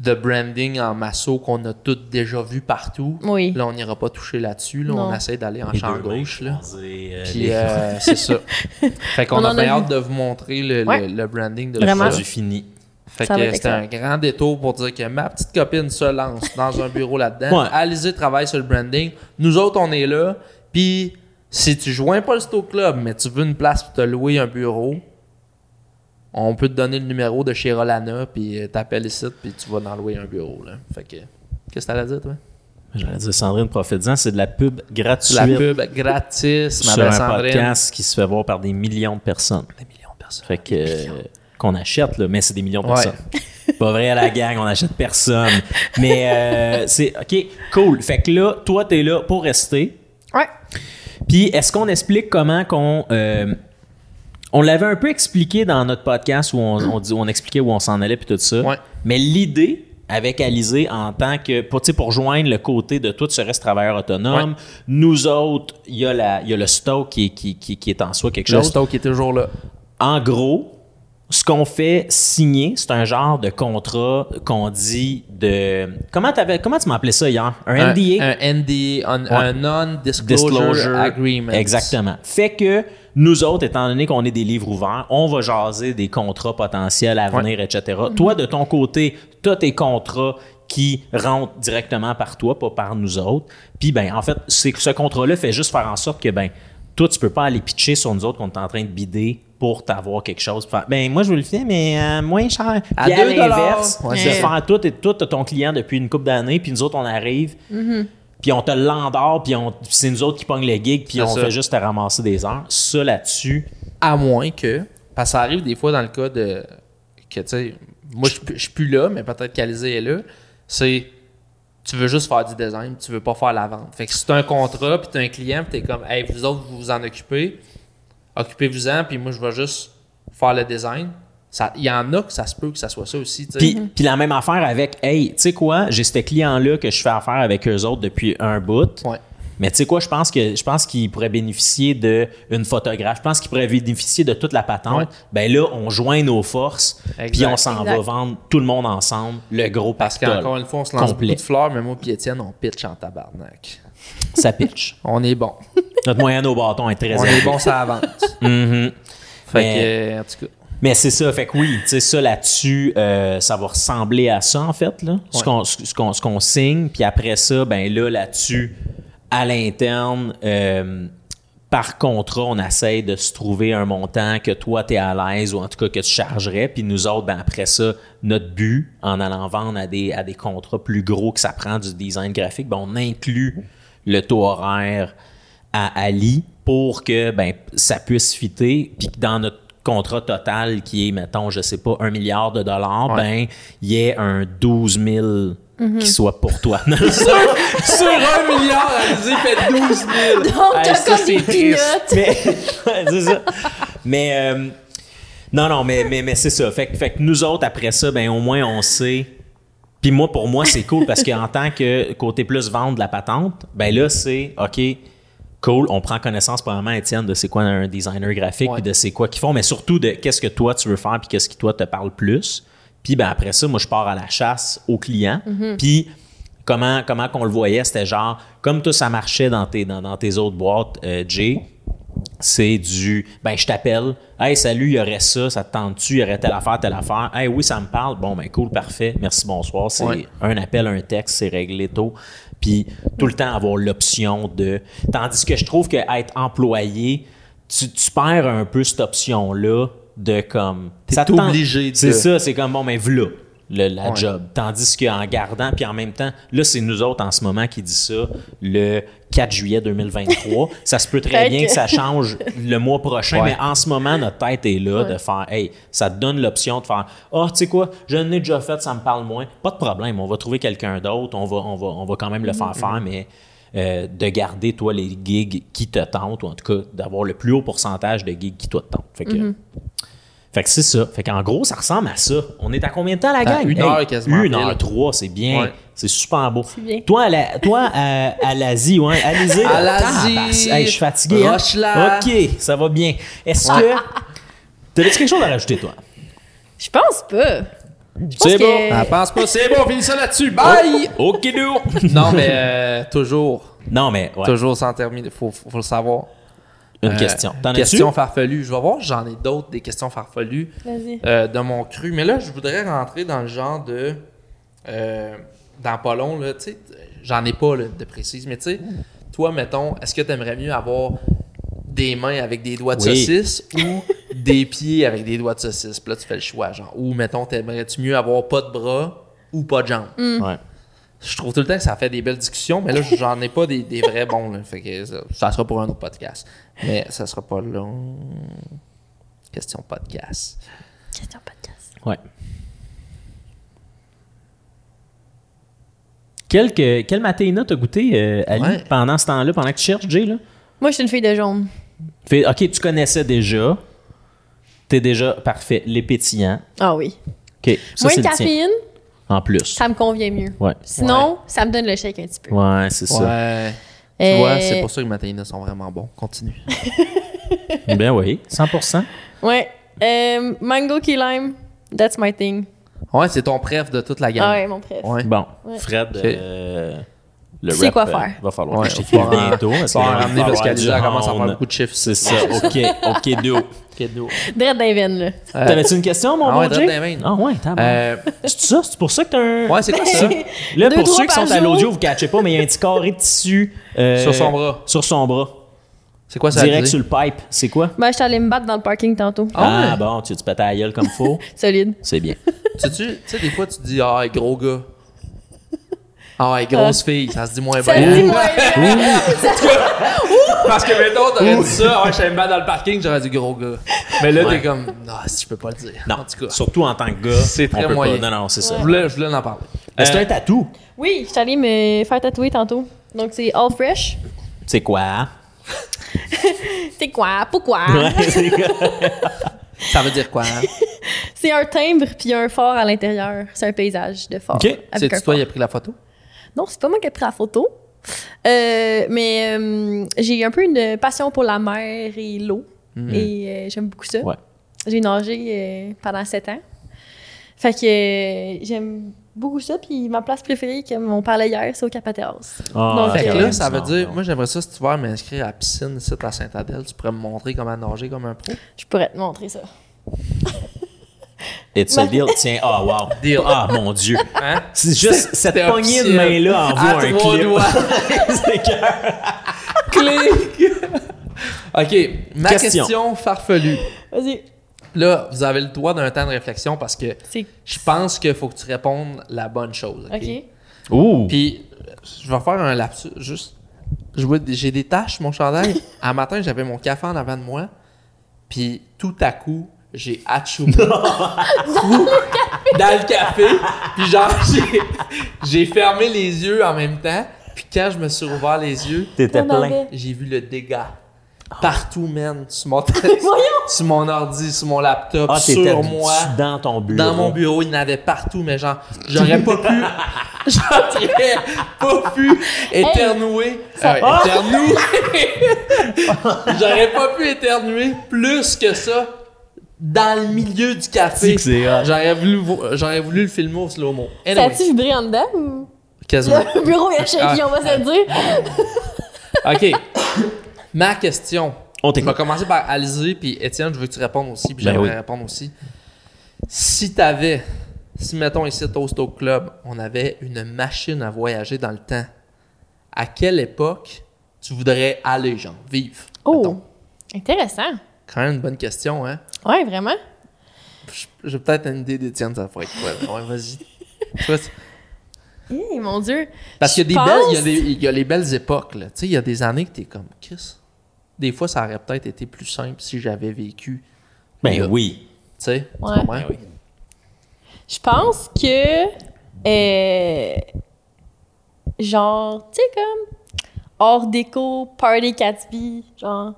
de branding en Masso qu'on a toutes déjà vu partout. Oui. Là, on n'ira pas toucher là-dessus. Là, Non. on essaie d'aller en Les champ deux mains gauche. Là. croisées, euh, Puis, les- euh, c'est ça. Fait qu'on On a en a bien vu. hâte de vous montrer le, le- Ouais. le branding de Vraiment. ça. J'ai fini. Fait Ça que va être c'était un grand détour pour dire que ma petite copine se lance dans un bureau là-dedans. Ouais. Alizé travaille sur le branding. Nous autres, on est là. Puis, si tu joins pas le Sto Club, mais tu veux une place pour te louer un bureau, on peut te donner le numéro de chez Rolana, puis euh, t'appelles ici, puis tu vas en louer un bureau. Là. Fait que, qu'est-ce que t'allais dire, toi? J'allais dire Sandrine Profitsan, c'est de la pub gratuite La pub gratis, ma sur un belle Sandrine. podcast qui se fait voir par des millions de personnes. Des millions de personnes. Fait que euh, qu'on achète là, mais c'est des millions de Ouais. personnes. Pas vrai la gang, on achète personne. Mais euh, c'est OK, cool. Fait que là, toi t'es là pour rester. Ouais. Puis est-ce qu'on explique comment qu'on euh, on l'avait un peu expliqué dans notre podcast où on, on dit- on expliquait où on s'en allait puis tout ça. Ouais. Mais l'idée avec Alizé en tant que pour, tu sais, pour joindre le côté de tout ce reste travailleur autonome, Ouais. nous autres, il y, a la- il y a le stock qui, qui, qui, qui est en soi quelque Le chose. stock est toujours là. En gros, ce qu'on fait signer, c'est un genre de contrat qu'on dit de comment t'avais comment tu m'appelais ça hier, un, NDA, Un, un NDA, un, un non-disclosure agreement. Exactement. Fait que nous autres, étant donné qu'on est des livres ouverts, on va jaser des contrats potentiels à venir, etc. Toi, de ton côté, tu as tes contrats qui rentrent directement par toi, pas par nous autres. Puis, ben, en fait, c'est que ce contrat-là fait juste faire en sorte que, ben, toi, tu peux pas aller pitcher sur nous autres qu'on est en train de bider pour t'avoir quelque chose. Faire, ben, moi, je vous le fais, mais euh, moins cher. À Puis deux l'inverse, dollars. Ouais, de c'est ça. faire tout et tout, t'as ton client depuis une couple d'années, puis nous autres, on arrive, puis on te l'endort, puis on- puis c'est nous autres qui pognent les gigs, puis C'est on ça. fait juste te ramasser des heures. Ça, là-dessus, À moins que. Parce que ça arrive des fois dans le cas de. Que tu sais, moi je suis plus- je suis plus là, mais peut-être qu'Alizé est là. C'est. Tu veux juste faire du design, tu veux pas faire la vente. Fait que si t'as un contrat, puis t'as un client, puis t'es comme, hey, vous autres, vous vous en occupez, occupez-vous-en, puis moi je vais juste faire le design. Ça- Il y en a que ça se peut que ça soit ça aussi. tu sais. Puis, puis la même affaire avec, hey, tu sais quoi, j'ai ce client-là que je fais affaire avec eux autres depuis un bout. Ouais. Mais tu sais quoi, je pense que je pense qu'il pourrait bénéficier d'une photographe. Je pense qu'il pourrait bénéficier de toute la patente. Ouais. Ben là, on joint nos forces, Exact. puis on s'en va Exact. vendre tout le monde ensemble, le gros Parce pactole. qu'encore une fois, on se lance Complet. beaucoup de fleurs, mais moi puis Étienne, on pitch en tabarnak. Ça pitch. On est bon. Notre moyenne au bâton est très on élevée. est bon, ça avance. Mhm. Fait Mais- que, euh, en tout cas. Mais c'est ça, fait que oui, tu sais, ça là-dessus, euh, ça va ressembler à ça, en fait, là, ce Ouais. qu'on ce- ce qu'on- ce qu'on signe. Puis après ça, ben là, là-dessus, à l'interne, euh, par contrat, on essaie de se trouver un montant que toi, tu es à l'aise ou en tout cas que tu chargerais. Puis nous autres, ben après ça, notre but, en allant vendre à des, à des contrats plus gros que ça prend du design graphique, ben on inclut le taux horaire à Ali pour que ben, ça puisse fitter. Puis que dans notre contrat total qui est, mettons, je sais pas, un milliard de dollars, ben, il y a un 12 000 qui soit pour toi. Non, sur, sur un milliard, Alizé fait 12 000. Donc, Hey, t'as Ah, ça, comme des c'est triste. peanuts. Mais, Ouais, c'est ça. Mais, euh, non, non, mais, mais, mais c'est ça. Fait, que- fait que nous autres, après ça, ben, au moins, on sait. Puis moi, pour moi, c'est cool parce qu'en tant que côté plus vendre de la patente, ben là, c'est OK, cool, on prend connaissance probablement, Étienne, de c'est quoi un designer graphique, Ouais. puis de c'est quoi qu'ils font, mais surtout de qu'est-ce que toi tu veux faire, puis qu'est-ce qui toi te parle plus. Puis ben après ça, moi, je pars à la chasse aux clients. Puis comment, comment qu'on le voyait, c'était genre, comme tout ça marchait dans tes, dans, dans tes autres boîtes, euh, Jay, c'est du ben je t'appelle hey salut il y aurait ça ça te tente-tu il y aurait telle affaire telle affaire hey oui ça me parle bon ben cool parfait merci bonsoir c'est Ouais. un appel un texte c'est réglé tôt puis tout le temps avoir l'option de tandis que je trouve que être employé tu, tu perds un peu cette option là de comme T'es te tente- obligé de- c'est ça ça, c'est comme bon, mais v'là le- la Ouais. job. Tandis qu'en gardant, puis en même temps, là, c'est nous autres en ce moment qui dit ça le 4 juillet 2023. ça se peut très Fait bien que- que ça change le mois prochain, Ouais. mais en ce moment, notre tête est là de faire hey, ça te donne l'option de faire ah, tu sais quoi, je l'ai déjà fait, ça me parle moins. Pas de problème, on va trouver quelqu'un d'autre, on va, on, va, on va quand même le faire faire, mais. euh, de garder, toi, les gigs qui te tentent, ou en tout cas, d'avoir le plus haut pourcentage de gigs qui toi te tentent. Fait que, fait que c'est ça. Fait qu'en gros, ça ressemble à ça. On est à combien de temps la À gang? une heure quasiment, Une pile. heure trois, c'est bien. Ouais. C'est super beau. bien. Toi, à la- toi à, à l'Asie, ouais, à l'Asie. À tabarnak. l'Asie. Hey, je suis fatigué. hein? Rush-la. Ok, ça va bien. Est-ce Ouais. que. T'as-tu quelque chose à rajouter, toi? Je pense pas. pense C'est que- bon. Ah, pense pas, c'est bon, finis ça Oh. là-dessus. Bye! Ok, nous. Non, mais euh, toujours, Non, mais ouais, toujours sans terminer. Faut, faut, faut le savoir. une Euh, question. T'en as-tu? question farfelue. Je vais voir, j'en ai d'autres, des questions farfelues Vas-y. euh, de mon cru. Mais là, je voudrais rentrer dans le genre de. euh, dans pas long, là, tu sais, j'en ai pas là, de précise, mais tu sais, toi, mettons, est-ce que t'aimerais mieux avoir des mains avec des doigts de Oui. saucisse ou des pieds avec des doigts de saucisse? Puis là, tu fais le choix, genre. Ou, mettons, t'aimerais-tu mieux avoir pas de bras ou pas de jambes? Ouais. Je trouve tout le temps que ça fait des belles discussions, mais là, j'en ai pas des, des vrais bons. Là. Fait que ça, ça sera pour un autre podcast. Mais ça sera pas long. Question podcast. Question podcast. Ouais. Quel, que, quel matéina t'as goûté, euh, Ali, Ouais. pendant ce temps-là, pendant que tu cherches, Jay, là? Moi, je suis une fille de jaune. Fait, OK, tu connaissais déjà. T'es déjà parfait. Les pétillants. Ah oui. OK, ça, Moins c'est de le tien. caféine, En plus. ça me convient mieux. Ouais. Sinon, ça me donne le shake un petit peu. Ouais, c'est ça. Ouais. Tu Euh, vois, c'est pour ça que mes matériaux sont vraiment bons. Continue. Ben oui, 100 Ouais. Euh, mango key lime, that's my thing. Ouais, c'est ton préf de toute la Ah gamme. ouais, mon préf. Ouais. Bon, Ouais. Fred, Ok. euh, le Tu sais rap, quoi euh, faire. va falloir Ouais, que je faut t'écrive en- bientôt. parce faut en que là, il va ramener parce falloir qu'Alizé, du elle commence à faire round. beaucoup de chiffres. C'est ça. OK, OK, duo. Dread dans les veines, là. Euh, T'avais-tu une question, mon ah bon ouais, Jay? dans les veines. Ah ouais, t'as euh, C'est ça? C'est pour ça que t'as un... ouais, c'est quoi ça? Là, Deux, pour trois ceux qui par sont à jour. l'audio, vous catchez pas, mais il y a un petit carré de tissu... euh, Sur son bras. Sur son bras. C'est quoi ça? Direct Alizé? sur le pipe. C'est quoi? Ben, je suis allée me battre dans le parking tantôt. Ah ouais? Ah bon, tu tu pètes la gueule comme faux. Solide. C'est bien. Tu tu tu sais, des fois, tu dis, ah, gros gars. Ah, ouais, grosse fille, ça se dit moins Euh. Ça bien. dit moins bien. Parce que mettons, t'aurais dit ça, ah, je t'aime mal dans le parking, j'aurais dit gros gars. Mais là, Ouais. t'es comme, non, si je peux pas le dire. Non, en tout cas. surtout en tant que gars. C'est on très peut moyen. Pas. Non, non, c'est ça. Je voulais, je voulais en parler. Euh, c'est Euh, un tatou. Oui, je suis allée me faire tatouer tantôt. Donc, c'est all fresh. C'est quoi? C'est quoi? Pourquoi? Ouais, c'est quoi? ça veut dire quoi? hein? C'est un timbre puis un fort à l'intérieur. C'est un paysage de fort. Ok. Avec un C'est toi qui a pris la photo? Non, c'est pas moi qui ai pris la photo. Euh, mais euh, j'ai un peu une passion pour la mer et l'eau. Et euh, j'aime beaucoup ça. Ouais. J'ai nagé euh, pendant sept ans. Fait que euh, j'aime beaucoup ça. Puis ma place préférée, comme on parlait hier, c'est au Capateos. Ah, Donc, Fait que euh, là, ça veut non, dire, non. moi j'aimerais ça, si tu veux m'inscrire à la piscine ici à Saint-Adèle, tu pourrais me montrer comment nager comme un pro. je pourrais te montrer ça. It's a deal. Tiens, ah, wow. Deal. Ah, mon Dieu. Hein? C'est juste cette C'était poignée de officiel. main-là envoie euh, À un trois clip. doigts. C'est que- Clic! ok, ma Question. question, farfelue. Vas-y. Là, vous avez le droit d'un temps de réflexion parce que C'est je pense qu'il faut que tu répondes la bonne chose. OK. ok? Ouh. Puis, je vais faire un lapsus, juste. Je vois- J'ai des taches, mon chandail. à matin, j'avais mon café en avant de moi. Puis, tout à coup, j'ai achoumé dans le café, puis genre, j'ai- j'ai fermé les yeux en même temps, puis quand je me suis rouvert les yeux, T'étais Ton plein. avait- j'ai vu le dégât. Partout, man, sur mon, sur mon ordi, sur mon laptop, Ah, t'étais sur moi. dans ton bureau. Dans mon bureau, il y en avait partout, mais genre, j'aurais pas pu. J'aurais pas pu éternuer. Ça- Euh, éternuer. j'aurais pas pu éternuer plus que ça dans le milieu du café. que c'est hot. J'aurais voulu, vo- j'aurais voulu le filmer au slow-mo. Ça Anyway, a-tu vibré en dedans ou. quasiment. Le bureau est Ah. shaky, on va se le dire. OK. Ma question. On Je vais t'écoute. commencer par Alizé, puis Étienne, je veux que tu répondes aussi, puis Ben j'aimerais oui. répondre aussi. Si t'avais, si mettons ici au Toast Club, on avait une machine à voyager dans le temps, à quelle époque tu voudrais aller, genre, vivre? Oh, mettons? intéressant. Quand même une bonne question, hein? Ouais, vraiment. Je- J'ai peut-être une idée d'Étienne, ça pourrait être quoi. là. Ouais, vas-y. Toi, c'est- Hé, mon Dieu. Parce qu'il y a des Je belles, il y a pense- des- il y a les belles époques, là. Tu sais, il y a des années que t'es comme, qu'est-ce? Des fois, ça aurait peut-être été plus simple si j'avais vécu, Ben oui. tu sais? tu Ouais. comprends? Ben oui. Je pense que. euh, genre, tu sais, comme. Hors déco, party Gatsby, genre.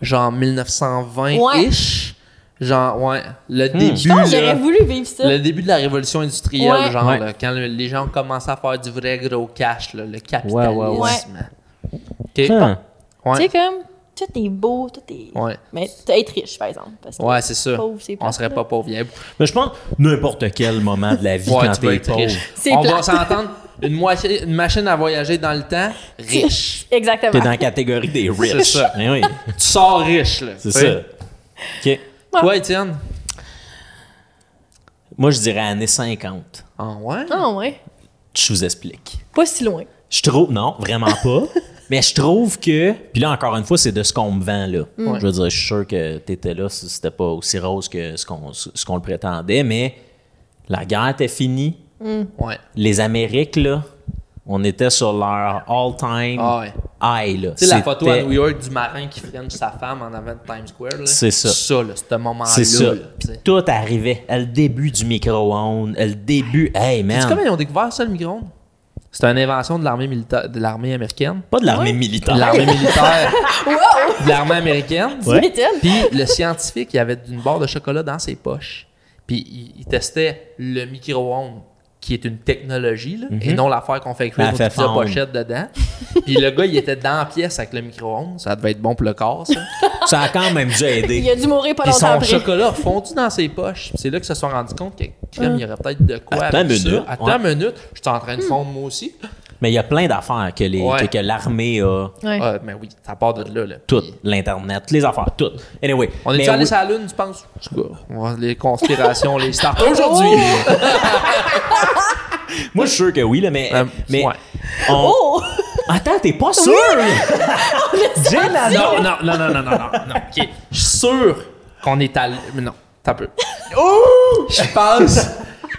genre 1920-ish. Genre, ouais, le Hmm. Je début. pense que là, j'aurais voulu vivre ça. le début de la révolution industrielle, Ouais. genre, Ouais. là, quand le- les gens ont commencé à faire du vrai gros cash, là, le capitalisme. ouais, Ok. Hein. Tu sais, Ouais, comme. Tout est beau, tout est. Ouais. Mais t- être riche, par exemple. Parce que ouais c'est ça. pauvre, c'est On plate, serait là. pas pauvre. Il y a- Mais je pense n'importe quel moment de la vie Ouais, quand tu vas t'es être pauvre. riche. C'est On va plate. s'entendre. Une, moitié- une machine à voyager dans le temps, riche. Exactement. T'es dans la catégorie des rich. C'est ça. Ben oui, tu sors riche, là. c'est tu ça. sais. OK. Toi, Étienne? Moi, je dirais années 50. Ah ouais? Ah, ouais. Je vous explique. Pas si loin. Je trouve, non, vraiment pas. mais je trouve que, puis là, encore une fois, c'est de ce qu'on me vend, là. Mm. Je veux dire, je suis sûr que t'étais là, si c'était pas aussi rose que ce qu'on ce qu'on le prétendait, mais la guerre était finie. Ouais. Les Amériques, là, on était sur leur all-time Ah ouais. high, là. Tu sais, la photo à C'était- New York du marin qui freine sa femme en avant de Times Square. là. C'est ça. C'est ça, là, ce moment-là. C'est ça. là, tu Puis sais. tout arrivait. À le début du micro-ondes, à le début. Hey, Sais-tu comment man. ils ont découvert ça, le micro-ondes? C'est une invention de l'armée militaire, de l'armée américaine. Pas de l'armée De militaire. l'armée militaire. De l'armée américaine. Ouais. Tu m'étonnes. Puis le scientifique, il avait une barre de chocolat dans ses poches. Puis il, il testait le micro-ondes, qui est une technologie, là, et non l'affaire qu'on fait cuire Mm-hmm. La nos fait petites fondre. pochettes dedans. Puis le gars, il était dans la pièce avec le micro-ondes. Ça devait être bon pour le corps, ça. Ça a quand même dû Il aider. a dû mourir pas Puis longtemps son après. chocolat a fondu dans ses poches. Puis C'est là que se sont rendus compte que crème, il y aurait peut-être de quoi Attends avec une minute, ça. Attends ouais. une minute, je suis en train de fondre moi aussi. Mais il y a plein d'affaires que les- Ouais. que- que l'armée a. Ouais. Ah, mais oui, ça part de là. là. Tout, Puis l'Internet, les affaires, tout. Anyway. On mais est allé oui- sur la Lune, tu penses? En tout cas, on va- les conspirations, les stars. Aujourd'hui! Moi, je suis sûr que oui, là, mais. Euh, mais ouais. on- Oh! Attends, t'es pas sûr! Jen, elle- Non, non, non, non, non, non, non, non, ok. Je suis sûr qu'on est allé. Mais non, t'as peu. Je pense,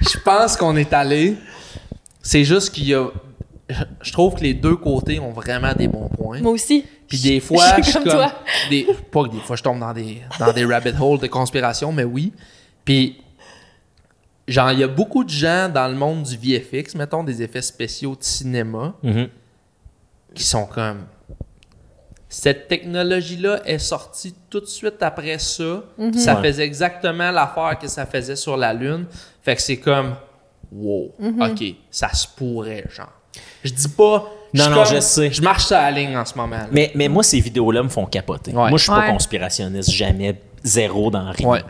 je pense qu'on est allé. C'est juste qu'il y a. je- Je trouve que les deux côtés ont vraiment des bons points. Moi aussi. Puis des fois, Je suis je suis comme comme, toi. des- pas que des fois je tombe dans des dans des rabbit holes de conspiration, mais oui. Puis genre il y a beaucoup de gens dans le monde du VFX, mettons des effets spéciaux de cinéma, Mm-hmm. Mhm. qui sont comme cette technologie là est sortie tout de suite après ça, ça Mhm. Ouais. faisait exactement l'affaire que ça faisait sur la lune. Fait que c'est comme wow, Mhm. OK, ça se pourrait genre. Je dis pas Non, suis non, comme- je sais. Je marche sur la ligne en ce moment. là. Mais, mais moi, ces vidéos-là me font capoter. Ouais. Moi, je suis pas Ouais. conspirationniste, jamais, zéro dans rien. Ouais.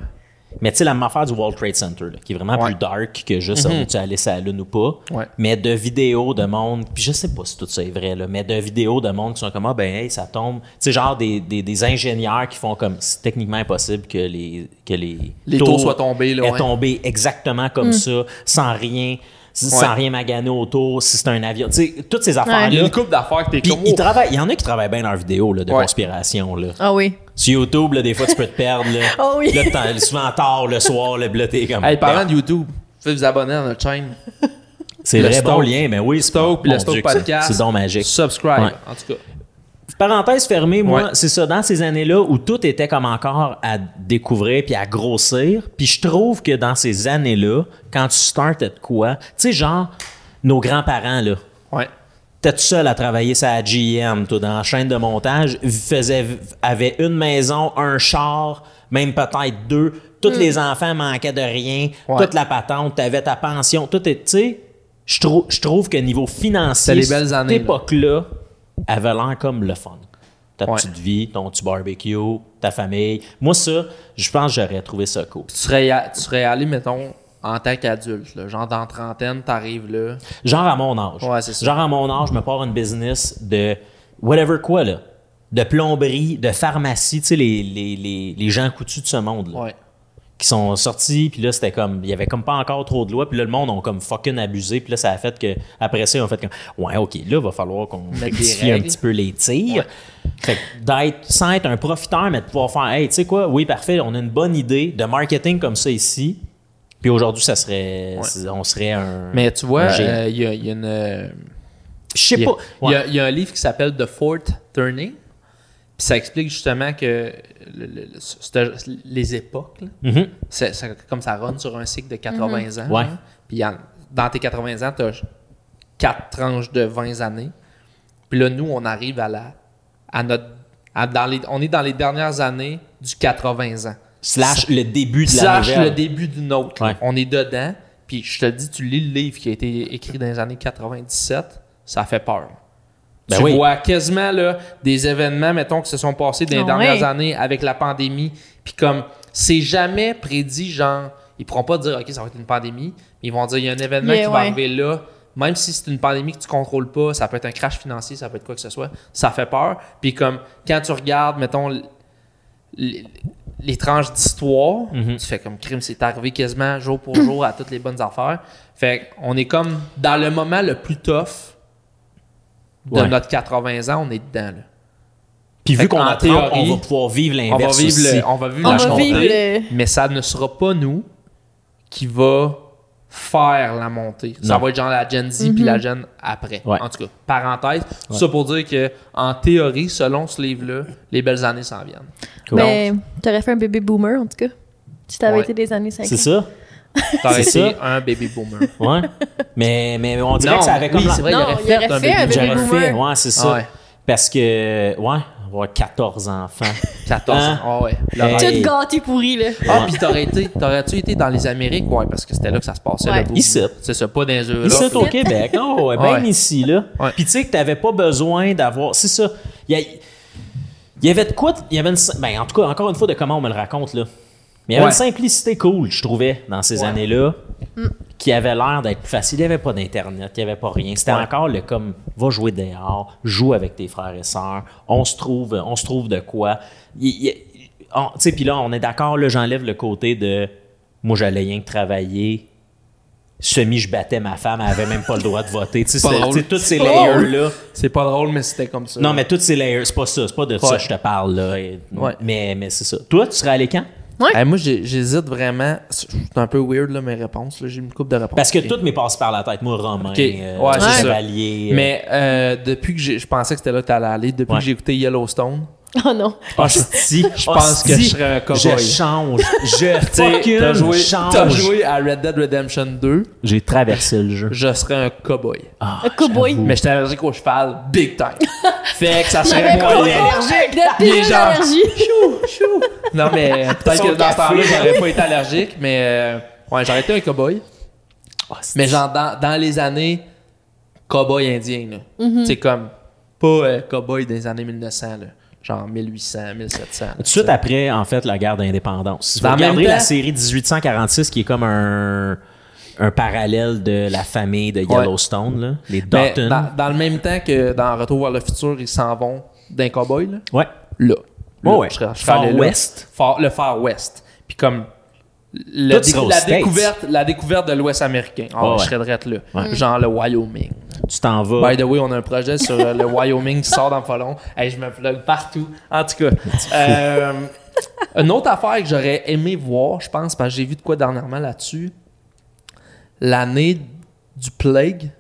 Mais tu sais, la même affaire du World Trade Center, là, qui est vraiment Ouais. Mhm. plus dark que juste on est-tu allé sur la Lune ou pas. Ouais. Mais de vidéos de monde, puis je sais pas si tout ça est vrai, là, mais de vidéos de monde qui sont comme, ah ben, hey, ça tombe. Tu sais, genre des, des, des ingénieurs qui font comme, c'est techniquement impossible que les, que les, Les taux soient tombés, là, aient ouais. tombé exactement comme ça, sans rien, sans rien maganer autour, si c'est un avion. Tu sais, toutes ces affaires-là. Il y a une coupe d'affaires que t'es Puis comme. ils oh, travaillent- il y en a qui travaillent bien leurs vidéos là, de Ouais. conspiration. Là. Ah oui. Sur YouTube, là, des fois, tu peux te perdre. Là, Ah oui. Là, t'en- souvent tard le soir, là, puis là, t'es comme. Hey, parlant merde. de YouTube, faites vous abonner à notre chaîne. C'est le vrai, bon Stoke. lien, mais oui, c'est Stoke, puis mon le Stoke Dieu que c'est- Podcast. C'est donc magique. Subscribe, Ouais. en tout cas. Parenthèse fermée, moi, Ouais. c'est ça, dans ces années-là où tout était comme encore à découvrir puis à grossir, puis je trouve que dans ces années-là, quand tu startes de quoi, tu sais, genre, nos grands-parents, là, Ouais. t'es tout seul à travailler sa GM, toi, dans la chaîne de montage, faisait, avait une maison, un char, même peut-être deux. Tous les enfants manquaient de rien. Mm. Ouais. Toute la patente, t'avais ta pension, tout est, tu sais, je trou- je trouve que niveau financier, C'était les belles années, cette là. époque-là, avait l'air comme le fun. Ta Ouais. petite vie, ton petit barbecue, ta famille. Moi, ça, je pense que j'aurais trouvé ça cool. Tu serais, à- tu serais allé, mettons, en tant qu'adulte, là, genre dans trentaine, t'arrives là. Genre à mon âge. Ouais, c'est ça. Genre à mon âge, je me pars une business de whatever quoi, là. De plomberie, de pharmacie, tu sais, les, les, les, les gens coutus de ce monde, là. Ouais. Qui sont sortis, puis là, c'était comme. Il y avait comme pas encore trop de lois, puis là, le monde ont comme fucking abusé, puis là, ça a fait que. Après ça, ils ont fait comme. Ouais, OK, là, va falloir qu'on des rectifie un règles. petit peu les tirs. Fait que d'être. Sans être un profiteur, mais de pouvoir faire. Hey, tu sais quoi, oui, parfait, on a une bonne idée de marketing comme ça ici. Puis aujourd'hui, ça serait. On serait un. Mais tu vois, un géant. euh, il y, a- il y a une. euh, je sais Il y, a- pas. il Oh, Ouais. y a- il y a un livre qui s'appelle The Fourth Turning. Puis ça explique justement que le- le- le- c'était- les époques, là, Mhm. c'est- ça- comme ça run sur un cycle de 80 ans. Ouais. là. Puis il y en- dans tes 80 ans, tu as 4 tranches de 20 années. Puis là, nous, on arrive à la. À notre, à- dans les, on est dans les dernières années du 80 ans. Slash le début de la Slash nouvelle. le début d'une autre. là. Ouais. On est dedans. Puis je te le dis, tu lis le livre qui a été écrit dans les années 97, ça fait peur. Ben tu oui. vois quasiment là, des événements, mettons, qui se sont passés dans les Ah dernières ouais. années avec la pandémie. Puis comme, c'est jamais prédit, genre, ils pourront pas dire, OK, ça va être une pandémie, mais ils vont dire, il y a un événement Yeah, qui va ouais. arriver là. Même si c'est une pandémie que tu contrôles pas, ça peut être un crash financier, ça peut être quoi que ce soit, ça fait peur. Puis comme, quand tu regardes, mettons, l- l- les tranches d'histoire, tu fais comme crime, c'est arrivé quasiment jour pour jour à toutes les bonnes affaires. Fait on est comme dans le moment le plus tough de Ouais. notre 80 ans, on est dedans. là. Puis vu Fait qu'on qu'en a 30, théorie, on va pouvoir vivre On va l'inverse vivre, aussi. le, on va vivre On la va montée, vivre le- mais ça ne sera pas nous qui va faire la montée. Ça Non. va être genre la Gen Z puis la Gen après. Ouais. En tout cas, parenthèse, ça pour dire que en théorie, selon ce livre-là, les belles années s'en viennent. Cool. Mais Ben, t'aurais fait un bébé boomer, en tout cas. Si t'avais Ouais. été des années 50. C'est ça? T'aurais C'est été un baby boomer. Ouais. mais, mais on dirait Non, que ça avait comme... oui, la- c'est vrai, Non, il aurait fait, un baby, baby J'aurais fait, boomer. ouais, c'est ça. Ouais. Parce que, ouais, on va avoir 14 enfants. 14 Hein? ans. Ah ouais. Hey. Tout gâté pourri, là. Ah, puis t'aurais été, t'aurais-tu été dans les Amériques? Ouais, parce que c'était là que ça se passait. Ouais. le boom. Ici. C'est ça, pas dans les Europe. Ici, là. au Québec. Oh, ouais, ben Ouais. ici, là. Ouais. Puis tu sais que t'avais pas besoin d'avoir... C'est ça. Il y, a- il y avait de quoi... de- Il y avait une... sim- Ben, en tout cas, encore une fois, de comment on me le raconte, là. Mais il y avait Ouais. une simplicité cool, je trouvais, dans ces Ouais. années-là, qui avait l'air d'être plus facile. Il n'y avait pas d'Internet, il n'y avait pas rien. C'était Ouais. encore le comme, va jouer dehors, joue avec tes frères et sœurs, on se trouve, on se trouve de quoi. Il- il- on- Tu sais, puis là, on est d'accord, là, j'enlève le côté de, moi, j'allais rien que travailler. Semi, je battais ma femme, elle avait même pas le droit de voter. Tu sais, Pas c'est- drôle. Oh, tu sais, toutes ces C'est pas drôle. layers-là. C'est pas drôle, mais c'était comme ça. Non, mais toutes ces layers, c'est pas ça, c'est pas de ça Ouais. que je te parle, là. Et- Ouais. Mais, mais c'est ça. Toi, tu serais allé quand? Eh, moi, j'ai- j'hésite vraiment. C'est c'est un peu weird, là, mes réponses. là. J'ai une coupe de réponses. Parce que Ok. toutes mes passes par la tête, moi, Romain, Ok. euh, Ouais, c'est Chevalier. euh, Mais euh, depuis que j'ai- je pensais que c'était là que t'allais aller, depuis Ouais. que j'ai écouté Yellowstone, Oh non. Hostie, je pense que je serais un cowboy. Je change. Je tu sais, fucking t'as joué, t'as change. joué à Red Dead Redemption 2, J'ai traversé le jeu. je serais un cowboy. Ah, Un cowboy. j'avoue. Mais j'étais allergique au cheval, big time. fait que ça serait J'avais moi compris. l'allergie. De Il est pire genre- allergie. Chou, chou. Non, mais euh, peut-être Son que dans ce café. temps-là, j'aurais pas été allergique, mais euh, ouais, j'aurais été un cowboy. hostie. Mais genre, dans, dans les années cowboy indien, là. C'est comme, pas euh, cowboy des années 1900, là. Genre 1800, 1700. là, Tout de tu suite sais. après, en fait, la guerre d'indépendance. Si vous En regardez même temps- la série 1846, qui est comme un, un parallèle de la famille de Yellowstone, là, les Mais Dalton. dans, dans le même temps que dans Retour vers le futur, ils s'en vont d'un cowboy, là. Ouais. Là. Ouais, Là, ouais. je serais- je serais Far allé là. West. Far- le Far West. Puis comme le Toi, tu décou- serais aux la, States. découverte, la découverte de l'Ouest américain. Ah ouais, Ouais, Je ouais. serais direct là. Genre le Wyoming. Tu t'en vas. By the way, on a un projet sur euh, le Wyoming qui sort dans le folon. Hey, je me vlog partout. En tout cas, euh, une autre affaire que j'aurais aimé voir, je pense, parce que j'ai vu de quoi dernièrement là-dessus, l'année du plague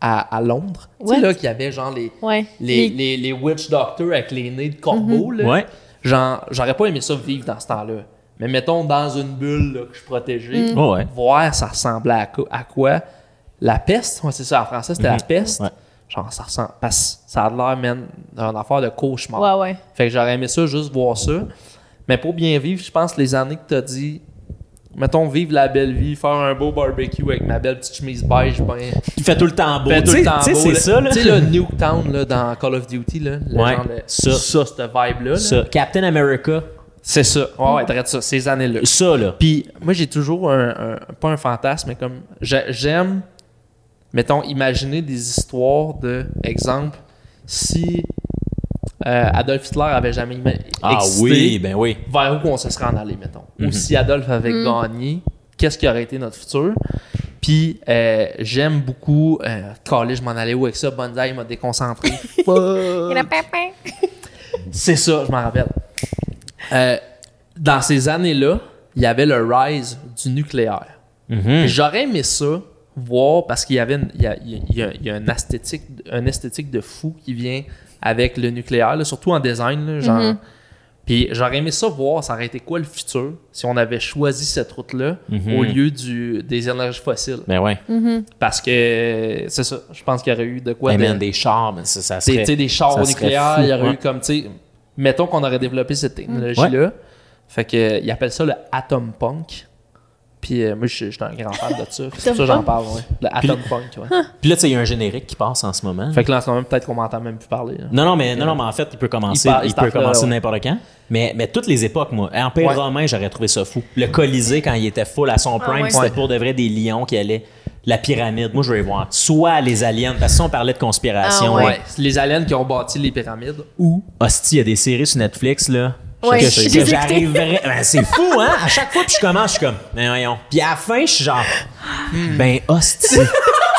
à, à Londres. Tu What? sais, là, qu'il y avait genre les, Ouais. les, Les- Mhm. les, les witch doctors avec les nez de corbeau, là. Ouais. Genre, j'aurais pas aimé ça vivre dans ce temps-là. Mais mettons dans une bulle là, que je Mm. protégeais, Ouais, ouais. voir ça ressemblait à, co- à quoi. La peste, ouais, c'est ça, en français, c'était la peste. Mhm. Ouais. Genre, ça ressemble. Parce que ça a l'air, man, d'une affaire de cauchemar. Ouais, ouais. Fait que j'aurais aimé ça, juste voir ça. Mais pour bien vivre, je pense que les années que t'as dit, mettons, vivre la belle vie, faire un beau barbecue avec ma belle petite chemise beige, ben, Il fait tout le temps beau. fait tout Tu sais- le temps tu sais, beau, c'est là. ça, là. Tu sais, le Nuketown, là, dans Call of Duty, là. le Ouais, genre, le- ça. Ça, cette vibe-là. là. Ça, Captain America, C'est ça. Ouais, ouais, t'arrêtes ça, ces années-là. ça, là. Puis moi, j'ai toujours un, un- pas un fantasme, mais comme j'a- j'aime, mettons, imaginer des histoires de, exemple, si euh, Adolf Hitler avait jamais ima- Ah existé, oui, Mhm. ben oui. vers où on se serait en allé, mettons. Ou si Adolf avait gagné, qu'est-ce qui aurait été notre futur? Puis euh, j'aime beaucoup, euh, calé, je m'en allais où avec ça, Banzai il m'a déconcentré. Euh. Fuck. C'est ça, je m'en rappelle. Euh, dans ces années-là, il y avait le rise du nucléaire. Mhm. J'aurais aimé ça voir parce qu'il y avait une- il y a, il y a- il y a- il y a une esthétique, une esthétique de fou qui vient avec le nucléaire, là, surtout en design. là, genre. Puis j'aurais aimé ça voir, ça aurait été quoi le futur si on avait choisi cette route-là Mhm. au lieu du, des énergies fossiles. Ben ouais. Mm. Parce que euh, c'est ça, je pense qu'il y aurait eu de quoi. Ben, de- man, des chars, ben, ça, ça des, serait... tu sais, des chars ça serait nucléaires, fou, il y aurait ouais. eu comme, tu sais, mettons qu'on aurait développé cette technologie-là. Fait que, euh, ils appellent ça le atom punk. Puis euh, moi, je je suis un grand fan de ça. C'est pour ça que j'en punk? parle, ouais. Le atom punk, ouais. Puis là, tu sais, il y a un générique qui passe en ce moment. Fait que là, en ce moment, peut-être qu'on m'entend même plus parler. hein. là. Non, non, mais, non, non, mais en fait, il peut commencer, Il part- il il peut part là, commencer ouais. n'importe quand. Mais, mais toutes les époques, moi. Empire Ouais. romain, j'aurais trouvé ça fou. Le Colisée, quand il était full à son prime, Ah, ouais. c'était Ouais. pour de vrai des lions qui allaient. La pyramide, moi, je vais voir. Soit les aliens, parce que si on parlait de conspiration, Ah ouais. Ouais, c'est Les aliens qui ont bâti les pyramides. ou hostie, il y a des séries sur Netflix, là. Ouais, que, je- que je les ai j'arriverais. Ben, c'est fou, hein? À chaque fois que je commence, je suis comme, mais voyons. Puis à la fin, je suis genre, Hmm. ben, hostie.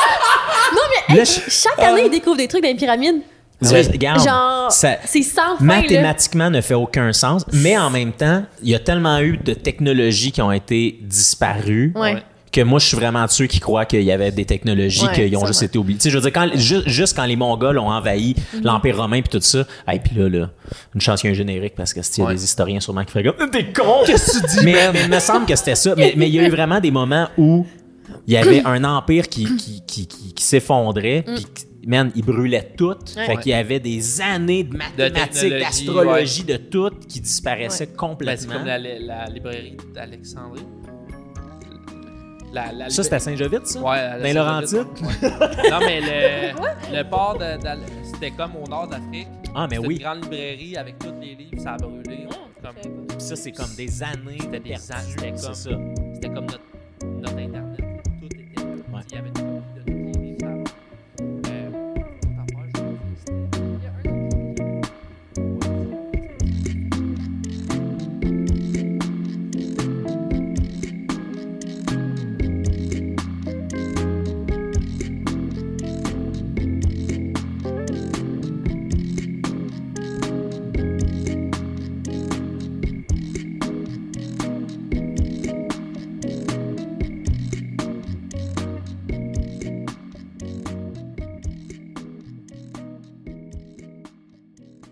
Non, mais hey, Là, je- chaque année, ils découvrent des trucs dans les pyramides. Je- regarde, Genre, Euh. ça- c'est sans fin. là. mathématiquement ne fait aucun sens, mais en même temps, il y a tellement eu de technologies qui ont été disparues Ouais. Ouais. que moi, je suis vraiment de ceux qui croient qu'il y avait des technologies Ouais, qui ont juste sûrement. été oubliées. Tu sais, je veux dire, quand, ju- juste quand les Mongols ont envahi Mhm. l'Empire romain puis tout ça, et puis là, là, une chance qu'il y a un générique parce que s'il y a Ouais. des historiens sûrement qui feraient comme « T'es con! » Qu'est-ce que tu dis, mais, man? mais il me semble que c'était ça. Mais mais il y a eu vraiment des moments où il y avait un empire qui, qui, qui, qui, qui s'effondrait, puis qui- man, il brûlait tout. Fait Mm. Ouais. qu'il y avait des années de mathématiques, technologie, d'astrologie, de tout qui disparaissaient Ben, c'est complètement. comme la, la librairie d'Alexandrie. La, Ça, la libra- c'était à Saint-Jovite, ça? Ben, Ouais, la- Dans la- les Laurentides? Ouais. non, mais le, le port de- d'Al- c'était comme au nord d'Afrique. Ah, mais C'était oui. une grande librairie avec tous les livres, ça a brûlé. Comme- Ça, Oh, c'est comme des années de C'était des perdu. années, c'était C'est comme- ça. C'était comme notre Euh,